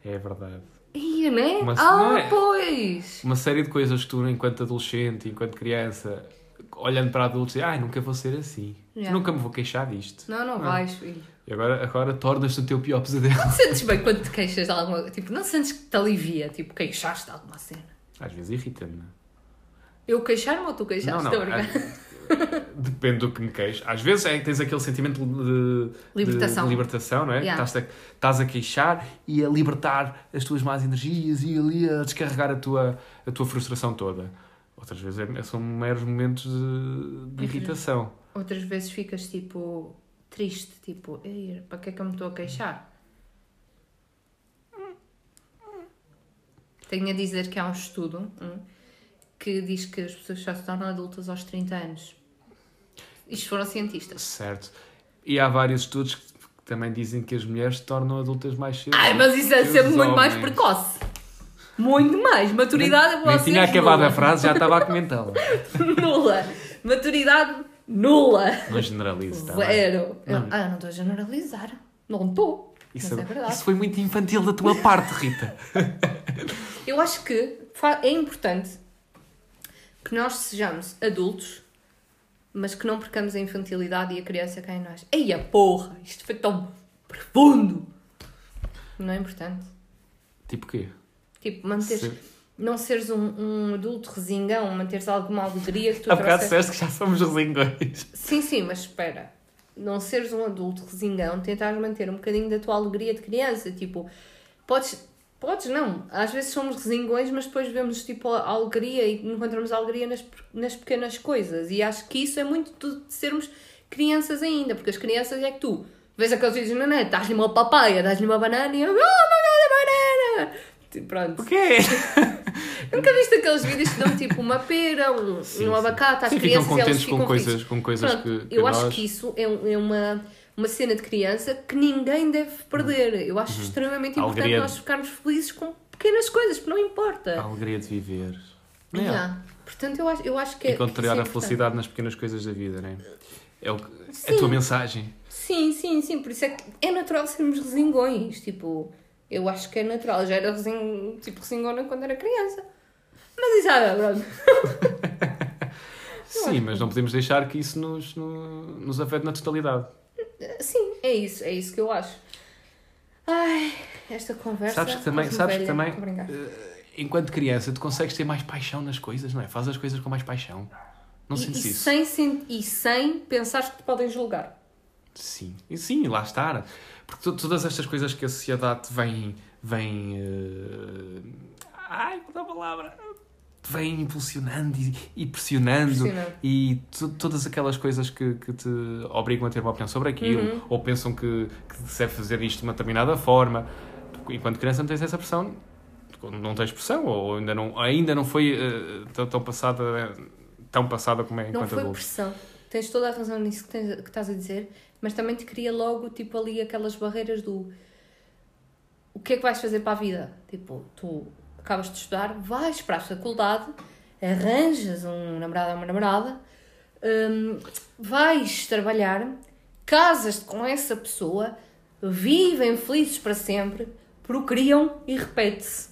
É verdade. Ia, né? Mas não ah, é. pois! Uma série de coisas que tu, enquanto adolescente, enquanto criança, olhando para adultos, dizes, ai, nunca vou ser assim. Yeah. Nunca me vou queixar disto. Não, não Ah. vais, filho. E agora, agora tornas-te o teu pior pesadelo. Sentes bem quando te queixas de alguma coisa? Tipo, não sentes que te alivia? Tipo, queixaste de alguma cena? Às vezes irrita-me. não é? Eu queixar-me ou tu Não, queixaste? não. Estou a brincar. a- Depende do que me queixo. Às vezes é que tens aquele sentimento de de- Libertação. de libertação, não é? Yeah. Estás, a, estás a queixar e a libertar as tuas más energias e ali a descarregar a tua, a tua frustração toda. Outras vezes é- são meros momentos de, Uhum. de irritação. Outras vezes ficas tipo triste, tipo, "Ei, para que é que eu me estou a queixar? Tenho a dizer que há um estudo hum, que diz que as pessoas só se tornam adultas aos 30 anos. Isto foram cientistas. Certo. E há vários estudos que que também dizem que as mulheres se tornam adultas mais cedo. Ai, mas isso é que os sempre muito mais homens. precoce. Muito mais. Maturidade Nem, para nem vocês tinha acabado nula. a frase, já estava a comentá-la. Nula. Maturidade nula. Não generalizo, tá bem? Zero. Eu- ah, eu não estou a generalizar. Não estou. Isso Isso, mas é verdade. isso foi muito infantil da tua parte, Rita. Eu acho que fa- é importante que nós sejamos adultos, mas que não percamos a infantilidade e a criança que há em nós. Ei, a porra, isto foi tão profundo! Não é importante. Tipo quê? Tipo, manteres, Sim. não seres um, um adulto resingão, manteres alguma alegria que tu Há bocado trouxeste. disseste que já somos resingões. Sim, sim, mas espera. Não seres um adulto resingão, tentares manter um bocadinho da tua alegria de criança. Tipo, podes, podes não. Às vezes somos resingões, mas depois vemos tipo, a alegria e encontramos a alegria nas, pe- nas pequenas coisas. E acho que isso é muito tu- de sermos crianças ainda, porque as crianças é que tu vês aqueles vídeos na net, dás-lhe uma papaya, dás-lhe uma banana e eu, oh, banana, banana! Tipo, Pronto. O quê? Nunca viste aqueles vídeos que dão tipo uma pera, um, um abacate às Sim, ficam crianças e elas contentes ficam com felizes. coisas, com coisas Pronto, que, que eu nós... acho que isso é, um- é uma, uma cena de criança que ninguém deve perder. Eu Uhum. acho extremamente A importante alegria. nós ficarmos felizes com pequenas coisas, porque não importa. A alegria de viver. Não é? Yeah. Portanto, eu acho, eu acho que é. E contrariar que a isso é felicidade nas pequenas coisas da vida, não é? É, o que- é Sim. a tua mensagem. importante. Sim, sim, sim. Por isso é que é natural sermos resingões. Tipo, eu acho que é natural. Já era resin... tipo, resingona quando era criança. Mas isso é pronto. Sim, mas não podemos deixar que isso nos, no- nos afete na totalidade. Sim, é isso. É isso que eu acho. Ai, esta conversa. Sabes que também- faz-me sabes que também- velha. eh, Obrigada. Enquanto criança, tu consegues ter mais paixão nas coisas, não é? Faz as coisas com mais paixão. Não E- sentes e, isso? Sem, sen- e sem pensares que te podem julgar. Sim, e sim, lá está. Porque to- todas estas coisas que a sociedade vem. vem. eh, Ai, mudou a palavra! Vem impulsionando e, e pressionando Impressionante. e to- todas aquelas coisas que, que te obrigam a ter uma opinião sobre aquilo Uhum. ou pensam que, que se deve fazer isto de uma determinada forma. Enquanto criança não tens essa pressão, não tens pressão ou ainda não, ainda não foi eh, tão, tão passada. Tão passada como é não enquanto foi adulto. pressão. Tens toda a razão nisso que, tens- que estás a dizer, mas também te cria logo, tipo, ali aquelas barreiras do o que é que vais fazer para a vida? Tipo, tu acabas de estudar, vais para a faculdade, arranjas um namorado ou uma namorada, hum, vais trabalhar, casas-te com essa pessoa, vivem felizes para sempre, procriam e repete-se.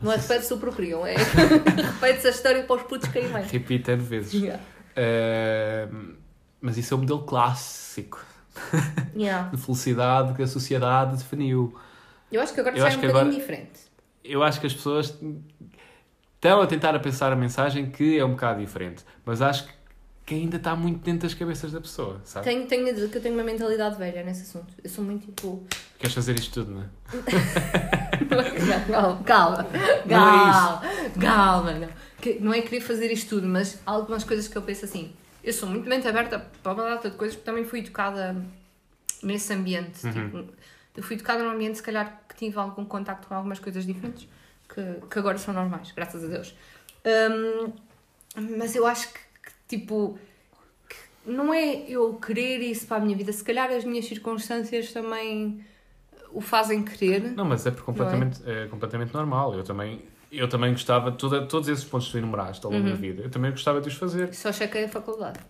Não é repete-se o procriam, é repete-se a história para os putos que aí vêm. Repita N vezes. Yeah. Ahm, mas isso é o modelo clássico Yeah. de felicidade que a sociedade definiu. Eu acho que agora Eu sai acho um que bocadinho agora- diferente. Eu acho que as pessoas estão a tentar a pensar a mensagem que é um bocado diferente, mas acho que ainda está muito dentro das cabeças da pessoa, sabe? Tenho, tenho a dizer que eu tenho uma mentalidade velha nesse assunto. Eu sou muito tipo. Queres fazer isto tudo, não é? Não, calma, calma, calma. Não. Que- não é querer fazer isto tudo, mas há algumas coisas que eu penso assim. Eu sou muito mente aberta para uma data de coisas porque também fui educada nesse ambiente. Tipo, eu fui educada num ambiente, se calhar, que tive algum contacto com algumas coisas diferentes que, que agora são normais, graças a Deus. Hum, Mas eu acho que, que, tipo, que não é eu querer isso para a minha vida. Se calhar as minhas circunstâncias também o fazem querer. Não, mas é por completamente, é? completamente normal. Eu também, eu também gostava, toda, todos esses pontos que tu enumeraste ao longo da vida, eu também gostava de os fazer. Só chequei a faculdade.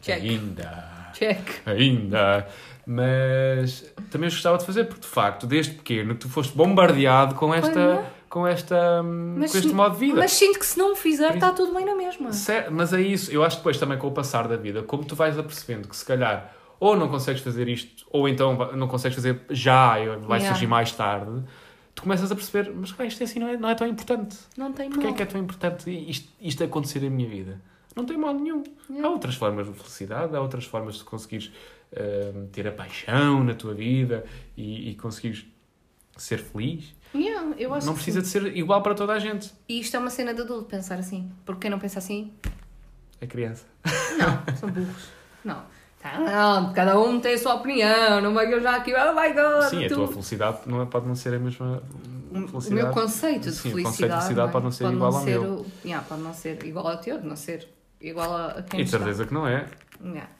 Check. Ainda. Check. Ainda. Mas também os gostava de fazer, porque de facto, desde pequeno, tu foste bombardeado com esta. Olha. Com, esta, hum, com este se- modo de vida. Mas sinto que se não o fizer, está tudo bem na mesma. Cer- mas é isso, eu acho que depois também com o passar da vida, como tu vais apercebendo que se calhar ou não consegues fazer isto, ou então va- não consegues fazer já, e vai Yeah. surgir mais tarde, tu começas a perceber, mas cara, isto assim não é, não é tão importante. Não tem Porquê mal. é que é tão importante isto, isto acontecer na minha vida? Não tem mal nenhum. Yeah. Há outras formas de felicidade, há outras formas de conseguires hum, ter a paixão na tua vida e, e conseguires ser feliz. Yeah, eu acho é? Não que precisa sim. de ser igual para toda a gente. E isto é uma cena de adulto, pensar assim. Porque quem não pensa assim, A criança. não, são burros. Não. Tá, não, cada um tem a sua opinião. Não vai que eu já aqui, oh my god. Sim, a tu- tua felicidade não é- pode não ser a mesma O meu felicidade. conceito de Sim, o felicidade. conceito de felicidade é? pode não ser igual ao ser meu. o- Yeah, pode não ser igual ao teu, não ser igual a a quem E de está. certeza que não é. Yeah.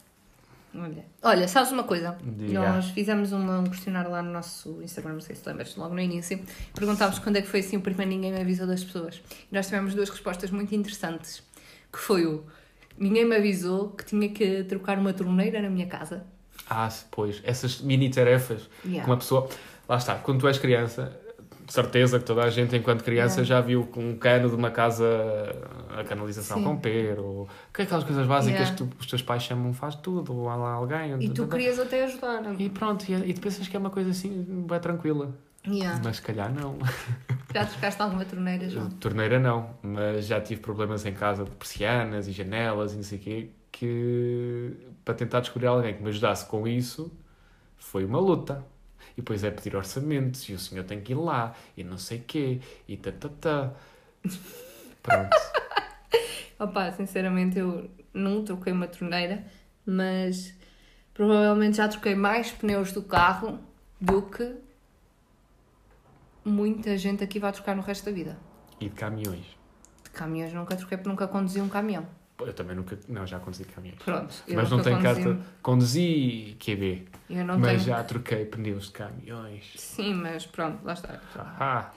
Olha. Olha, sabes uma coisa? Diga. Nós fizemos uma- um questionário lá no nosso Instagram, não sei se te lembras, logo no início. Perguntámos quando é que foi assim o primeiro Ninguém Me Avisou das pessoas. E nós tivemos duas respostas muito interessantes. Que foi o Ninguém me avisou que tinha que trocar uma torneira na minha casa. Ah, pois, essas mini tarefas Yeah. que uma pessoa. Lá está, quando tu és criança, de certeza que toda a gente, enquanto criança, já viu com um cano de uma casa a canalização Sim. romper, ou que é aquelas coisas básicas Yeah. que tu- os teus pais chamam faz tudo, ou há lá alguém. E tu tata- querias até ajudar. E pronto, e, e tu pensas que é uma coisa assim, bem tranquila. Yeah. Mas se calhar não. Já trocaste alguma torneira, João? Torneira não, mas já tive problemas em casa de persianas e janelas e não sei o quê, que para tentar descobrir alguém que me ajudasse com isso foi uma luta. E depois é pedir orçamentos e o senhor tem que ir lá e não sei o quê e tá, tá, tá. Pronto. Opa, sinceramente eu não troquei uma torneira, mas provavelmente já troquei mais pneus do carro do que muita gente aqui vai trocar no resto da vida. E de caminhões. De caminhões nunca troquei porque nunca conduzi um caminhão. Eu também nunca. Não, já conduzi caminhões. Pronto, eu mas não nunca tenho conduzi- um- carta. Conduzi QB, Eu não mas tenho. já troquei pneus de caminhões. Sim, mas pronto, lá está. Ah,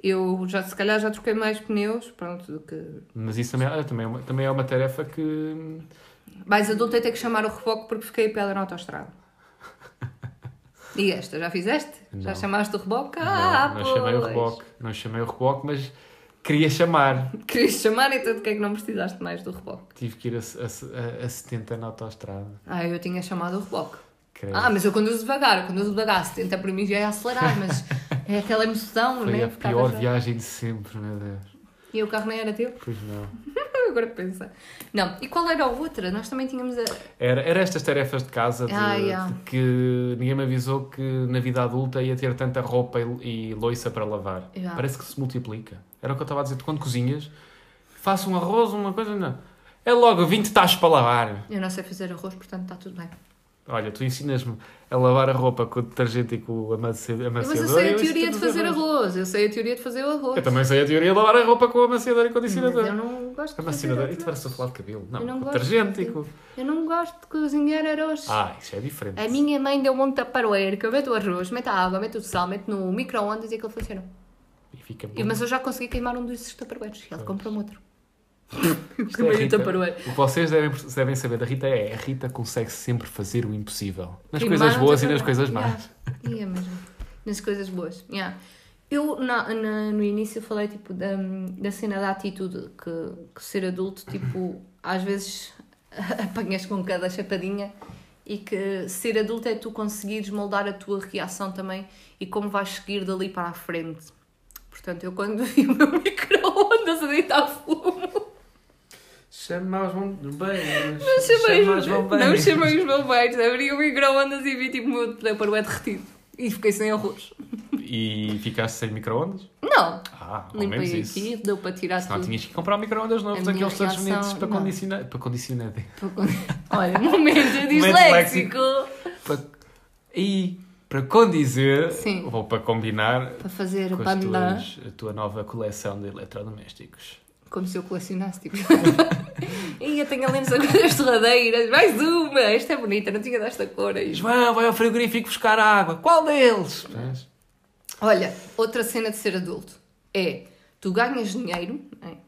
Eu já se calhar já troquei mais pneus, pronto, do que. mas isso também, é- também, é uma, também é uma tarefa que. Mais adulto eu tenho que chamar o reboque porque fiquei a pé na autostrada. E esta, já fizeste? Já Não. chamaste o reboque? Ah, Não, não chamei o pois. reboque, não chamei o reboque, mas queria chamar. Querias chamar, então de que é que não precisaste mais do reboque? Tive que ir a, a, a- a 70 na autostrada. Ah, eu tinha chamado o reboque. Creio. Ah, mas eu conduzo devagar, eu conduzo devagar. 70 para mim já é acelerar, mas é aquela emoção, Foi né? a Ficava pior já- viagem de sempre, meu Deus. E o carro nem era teu? Pois não. Agora pensa. Não, e qual era a outra? Nós também tínhamos a. Era, era estas tarefas de casa de, Ah, yeah. de que ninguém me avisou que na vida adulta ia ter tanta roupa e, e loiça para lavar. Yeah. Parece que se multiplica. Era o que eu estava a dizer. Tu quando cozinhas, faço um arroz, uma coisa, não. É logo 20 tachos para lavar. Eu não sei fazer arroz, portanto está tudo bem. Olha, tu ensinas-me a lavar a roupa com o detergente e com o amace- amaciador. Mas eu sei a ensino-te teoria de fazer arroz, eu sei a teoria de fazer o arroz. Eu também sei a teoria de lavar a roupa com amaciador e Mas eu condicionador. não É gosto de fazer Amaciador, e tu arroz. parece a falar de cabelo. Não, Eu não com gosto detergente de- e com... Eu não gosto de cozinhar arroz. Ah, isso é diferente. A minha mãe deu-me um tupperware que eu meto o arroz, meto a água, meto o sal, meto no micro-ondas e aquilo funciona. E fica bom. E- Mas eu já consegui queimar um desses tupperwares. Ele comprou-me outro. um Isto é a Rita. O que vocês devem, devem saber da Rita é a Rita consegue sempre fazer o impossível. Nas Queimar coisas um boas e nas coisas tupperware. Yeah. más. Yeah, mesmo. Nas coisas boas. yeah. Eu, na- na- no início, falei tipo, da, da cena da atitude, que, que ser adulto, tipo, às vezes apanhas com cada chapadinha e que ser adulto é tu conseguires moldar a tua reação também e como vais seguir dali para a frente. Portanto, eu quando vi o meu micro-ondas a deitar fumo, Chama os bombeiros. Não chamei, os, não chamei os bombeiros, abri o micro-ondas e vi tipo o meu tupperware derretido. E fiquei sem arroz. E ficaste sem micro-ondas? Não, Ah, ao menos limpei isso. aqui, deu para tirar Não, tudo. tinhas que comprar um micro-ondas novos, A minha daqueles todos reação- bonitos, para não. condicionar. Para condicionar. Olha, um momento disléxico. disléxico. para, e para condizer, Sim. ou para combinar Para fazer com as banda. tuas- a tua nova coleção de eletrodomésticos. Como se eu colecionasse, tipo. e eu tenho ali nas as torradeiras, mais uma, esta é bonita, não tinha desta cor. E- João, vai ao frigorífico buscar água. Qual deles? Mas, Olha, outra cena de ser adulto é tu ganhas dinheiro, né?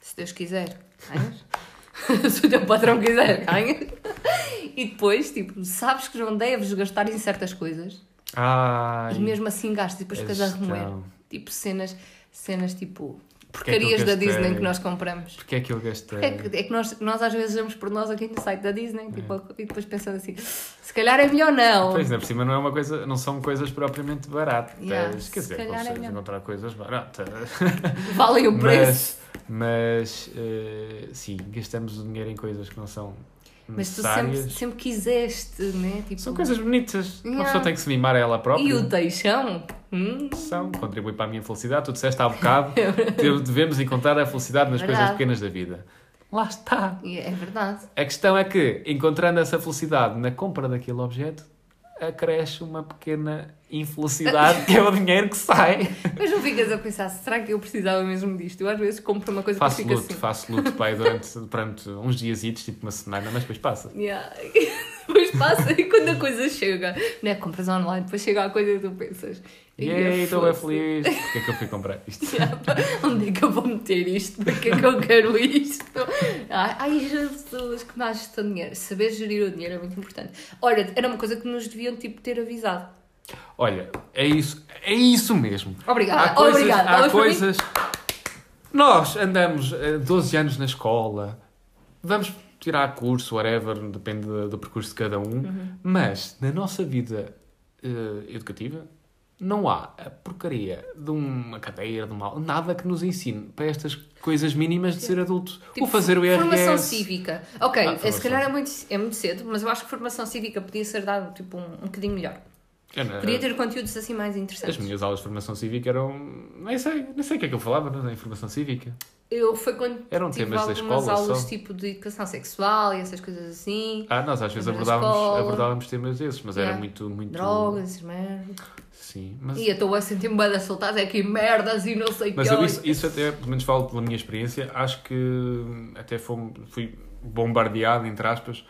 se Deus quiser, ganhas. se o teu patrão quiser, ganhas. E depois, tipo, sabes que não deves gastar em certas coisas Ai, e mesmo assim gastas e depois ficas a gestão. remoer. Tipo, cenas, cenas tipo, Porque é que eu porcarias da gastei? Disney que nós compramos. porque é que eu gastei? É que, é que nós, nós às vezes vamos por nós aqui no site da Disney tipo, e depois pensando assim, se calhar é melhor não. É. Pois, ainda por cima não, é uma coisa, não são coisas propriamente baratas. Yeah, se Quer dizer, calhar é consegues melhor. encontrar coisas baratas. Valem o preço. Mas, mas eh, sim, gastamos o dinheiro em coisas que não são Mas tu necessárias. sempre, sempre quiseste, né? Tipo, São coisas bonitas. Uma Yeah. pessoa tem que se mimar a ela própria. E o teixão? Hum, São, contribui para a minha felicidade. Tu disseste há bocado que devemos encontrar a felicidade nas coisas É Verdade. pequenas da vida. Lá está. e é verdade. A questão é que, encontrando essa felicidade na compra daquele objeto, acresce uma pequena infelicidade que é o dinheiro que sai. Mas não ficas a pensar, será que eu precisava mesmo disto? Eu às vezes compro uma coisa Faço que fica luto, assim. faço luto, pai, durante, durante uns dias, tipo uma semana, mas depois passa. Yeah. depois passa e quando a coisa chega, não é? Compras online, depois chega a coisa e tu pensas. E "Ia, aí, estou bem foda-se." então feliz. Porquê é que eu fui comprar isto? Yeah, pá, Onde é que eu vou meter isto? Para que é que eu quero isto? Ai, ai, Jesus, que mais gestão de dinheiro. Saber gerir o dinheiro é muito importante. Olha, era uma coisa que nos deviam tipo, ter avisado. Olha, é isso, é isso mesmo. Obrigada, Há coisas, Tá obrigada. há Olha para mim. coisas. Nós andamos eh, 12 anos na escola, vamos tirar curso, whatever, depende do, do percurso de cada um, Uhum. mas na nossa vida eh, educativa não há a porcaria de uma cadeira, de uma, nada que nos ensine para estas coisas mínimas de ser adulto. Tipo, o fazer o IRS. Formação cívica. Ok, Ah, eh, formação. se calhar é muito, é muito cedo, mas eu acho que formação cívica podia ser dado tipo, um, um bocadinho melhor. Eu não- Podia ter conteúdos assim As mais interessantes. minhas aulas de formação cívica eram. Nem sei, nem sei o que é que eu falava na formação cívica. Eu foi quando Eram tive temas da Tipo, algumas escola aulas só. tipo de educação sexual e essas coisas assim. Ah, nós às vezes Temas da abordávamos, escola. abordávamos temas desses, mas era Yeah. muito, muito. Drogas, essas merdas. Sim, mas, E é eu estou a sentir-me bem assaltada, é que merdas e não sei o mas que. eu isso, isso até, pelo menos falo pela minha experiência, acho que hum, até fui, fui bombardeado, entre aspas,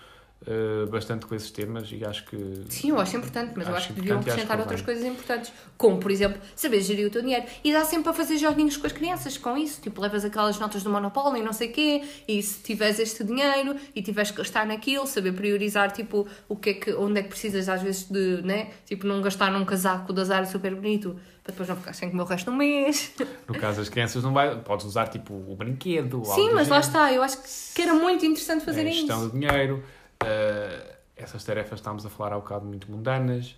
eh, bastante com esses temas e acho que. Sim, eu acho importante, mas eu Acho acho que deviam importante e acho acrescentar que outras convém. coisas importantes, como, por exemplo, saber gerir o teu dinheiro. E dá sempre para fazer joguinhos com as crianças com isso. Tipo, levas aquelas notas do Monopólio e não sei quê, e se tiveres este dinheiro e tiveres que gastar naquilo, saber priorizar, tipo, o que é que, onde é que precisas às vezes de, né? Tipo, não gastar num casaco de azar super bonito, para depois não ficar sem comer o resto do mês. No caso das crianças, não vai, podes usar tipo o brinquedo. algo Sim, do mas lá género. É está, eu acho que era muito interessante a fazerem gestão isso. de dinheiro, eh, essas tarefas estávamos a falar há um bocado muito mundanas.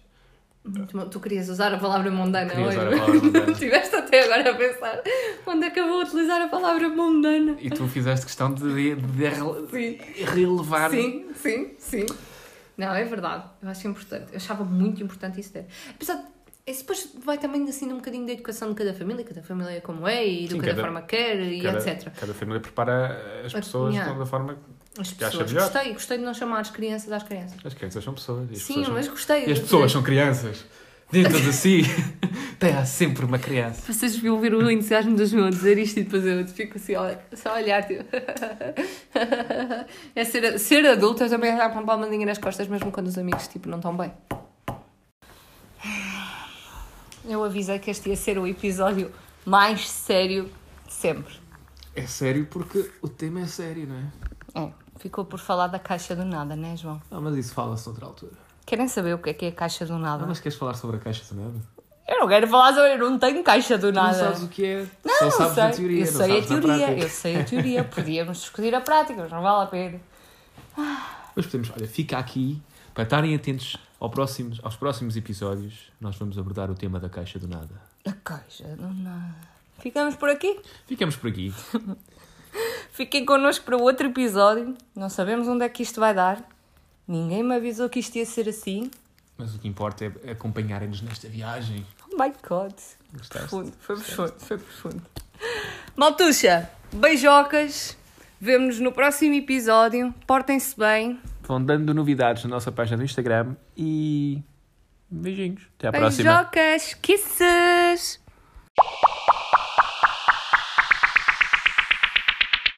Tu, tu querias usar a palavra mundana Queria hoje. usar a palavra mundana. Estiveste até agora a pensar onde é que eu vou utilizar a palavra mundana. E tu fizeste questão de, de, de rele- Sim. relevar. Sim, sim, sim. Não, é verdade. Eu acho importante. Eu achava muito importante isso ter. Apesar de. Isso depois vai também assim um bocadinho da educação de cada família, cada família é como é e de Sim, cada, cada- forma quer e Cada, etc. cada família prepara as Ah, pessoas yeah. da forma. As que acha pessoas. melhor. Gostei, gostei de não chamar as crianças às crianças. As crianças são pessoas. e as Sim, pessoas são mas gostei. E as pessoas são crianças. Dentro de si, tem há sempre uma criança. Vocês viram ver o entusiasmo dos meus a dizer isto e depois eu fico assim, olha, só a olhar, tipo. é ser, ser adulto, eu também dar uma palmadinha nas costas, mesmo quando os amigos tipo, não estão bem. Eu avisei que este ia ser o episódio mais sério de sempre. É sério porque o tema é sério, não é? É, ficou por falar da caixa do nada, né, João? Ah, mas isso fala-se noutra altura. Ah, Querem saber o que é que é a caixa do nada? queres falar sobre a caixa de nada? Eu não quero falar sobre, eu não tenho caixa do nada. Não sabes o que é. Não, Só eu sabes sei. a teoria. Eu não sei sabes a na teoria, prática. eu sei a teoria. Podíamos discutir a prática, mas não vale a pena. Mas podemos, olha, fica aqui para estarem atentos ao próximos- aos próximos episódios. Nós vamos abordar o tema da caixa do nada. A caixa do nada. Ficamos por aqui. Ficamos por aqui. Fiquem connosco para o outro episódio. Não sabemos onde é que isto vai dar. Ninguém me avisou que isto ia ser assim. Mas o que importa é acompanharem-nos nesta viagem. Oh my god. Gostaste? Profundo, foi profundo, foi profundo. Maltuxa, beijocas. Vemo-nos no próximo episódio. Portem-se bem. Vão dando novidades na nossa página do Instagram e. Beijinhos. Até à próxima. Beijocas. Kisses.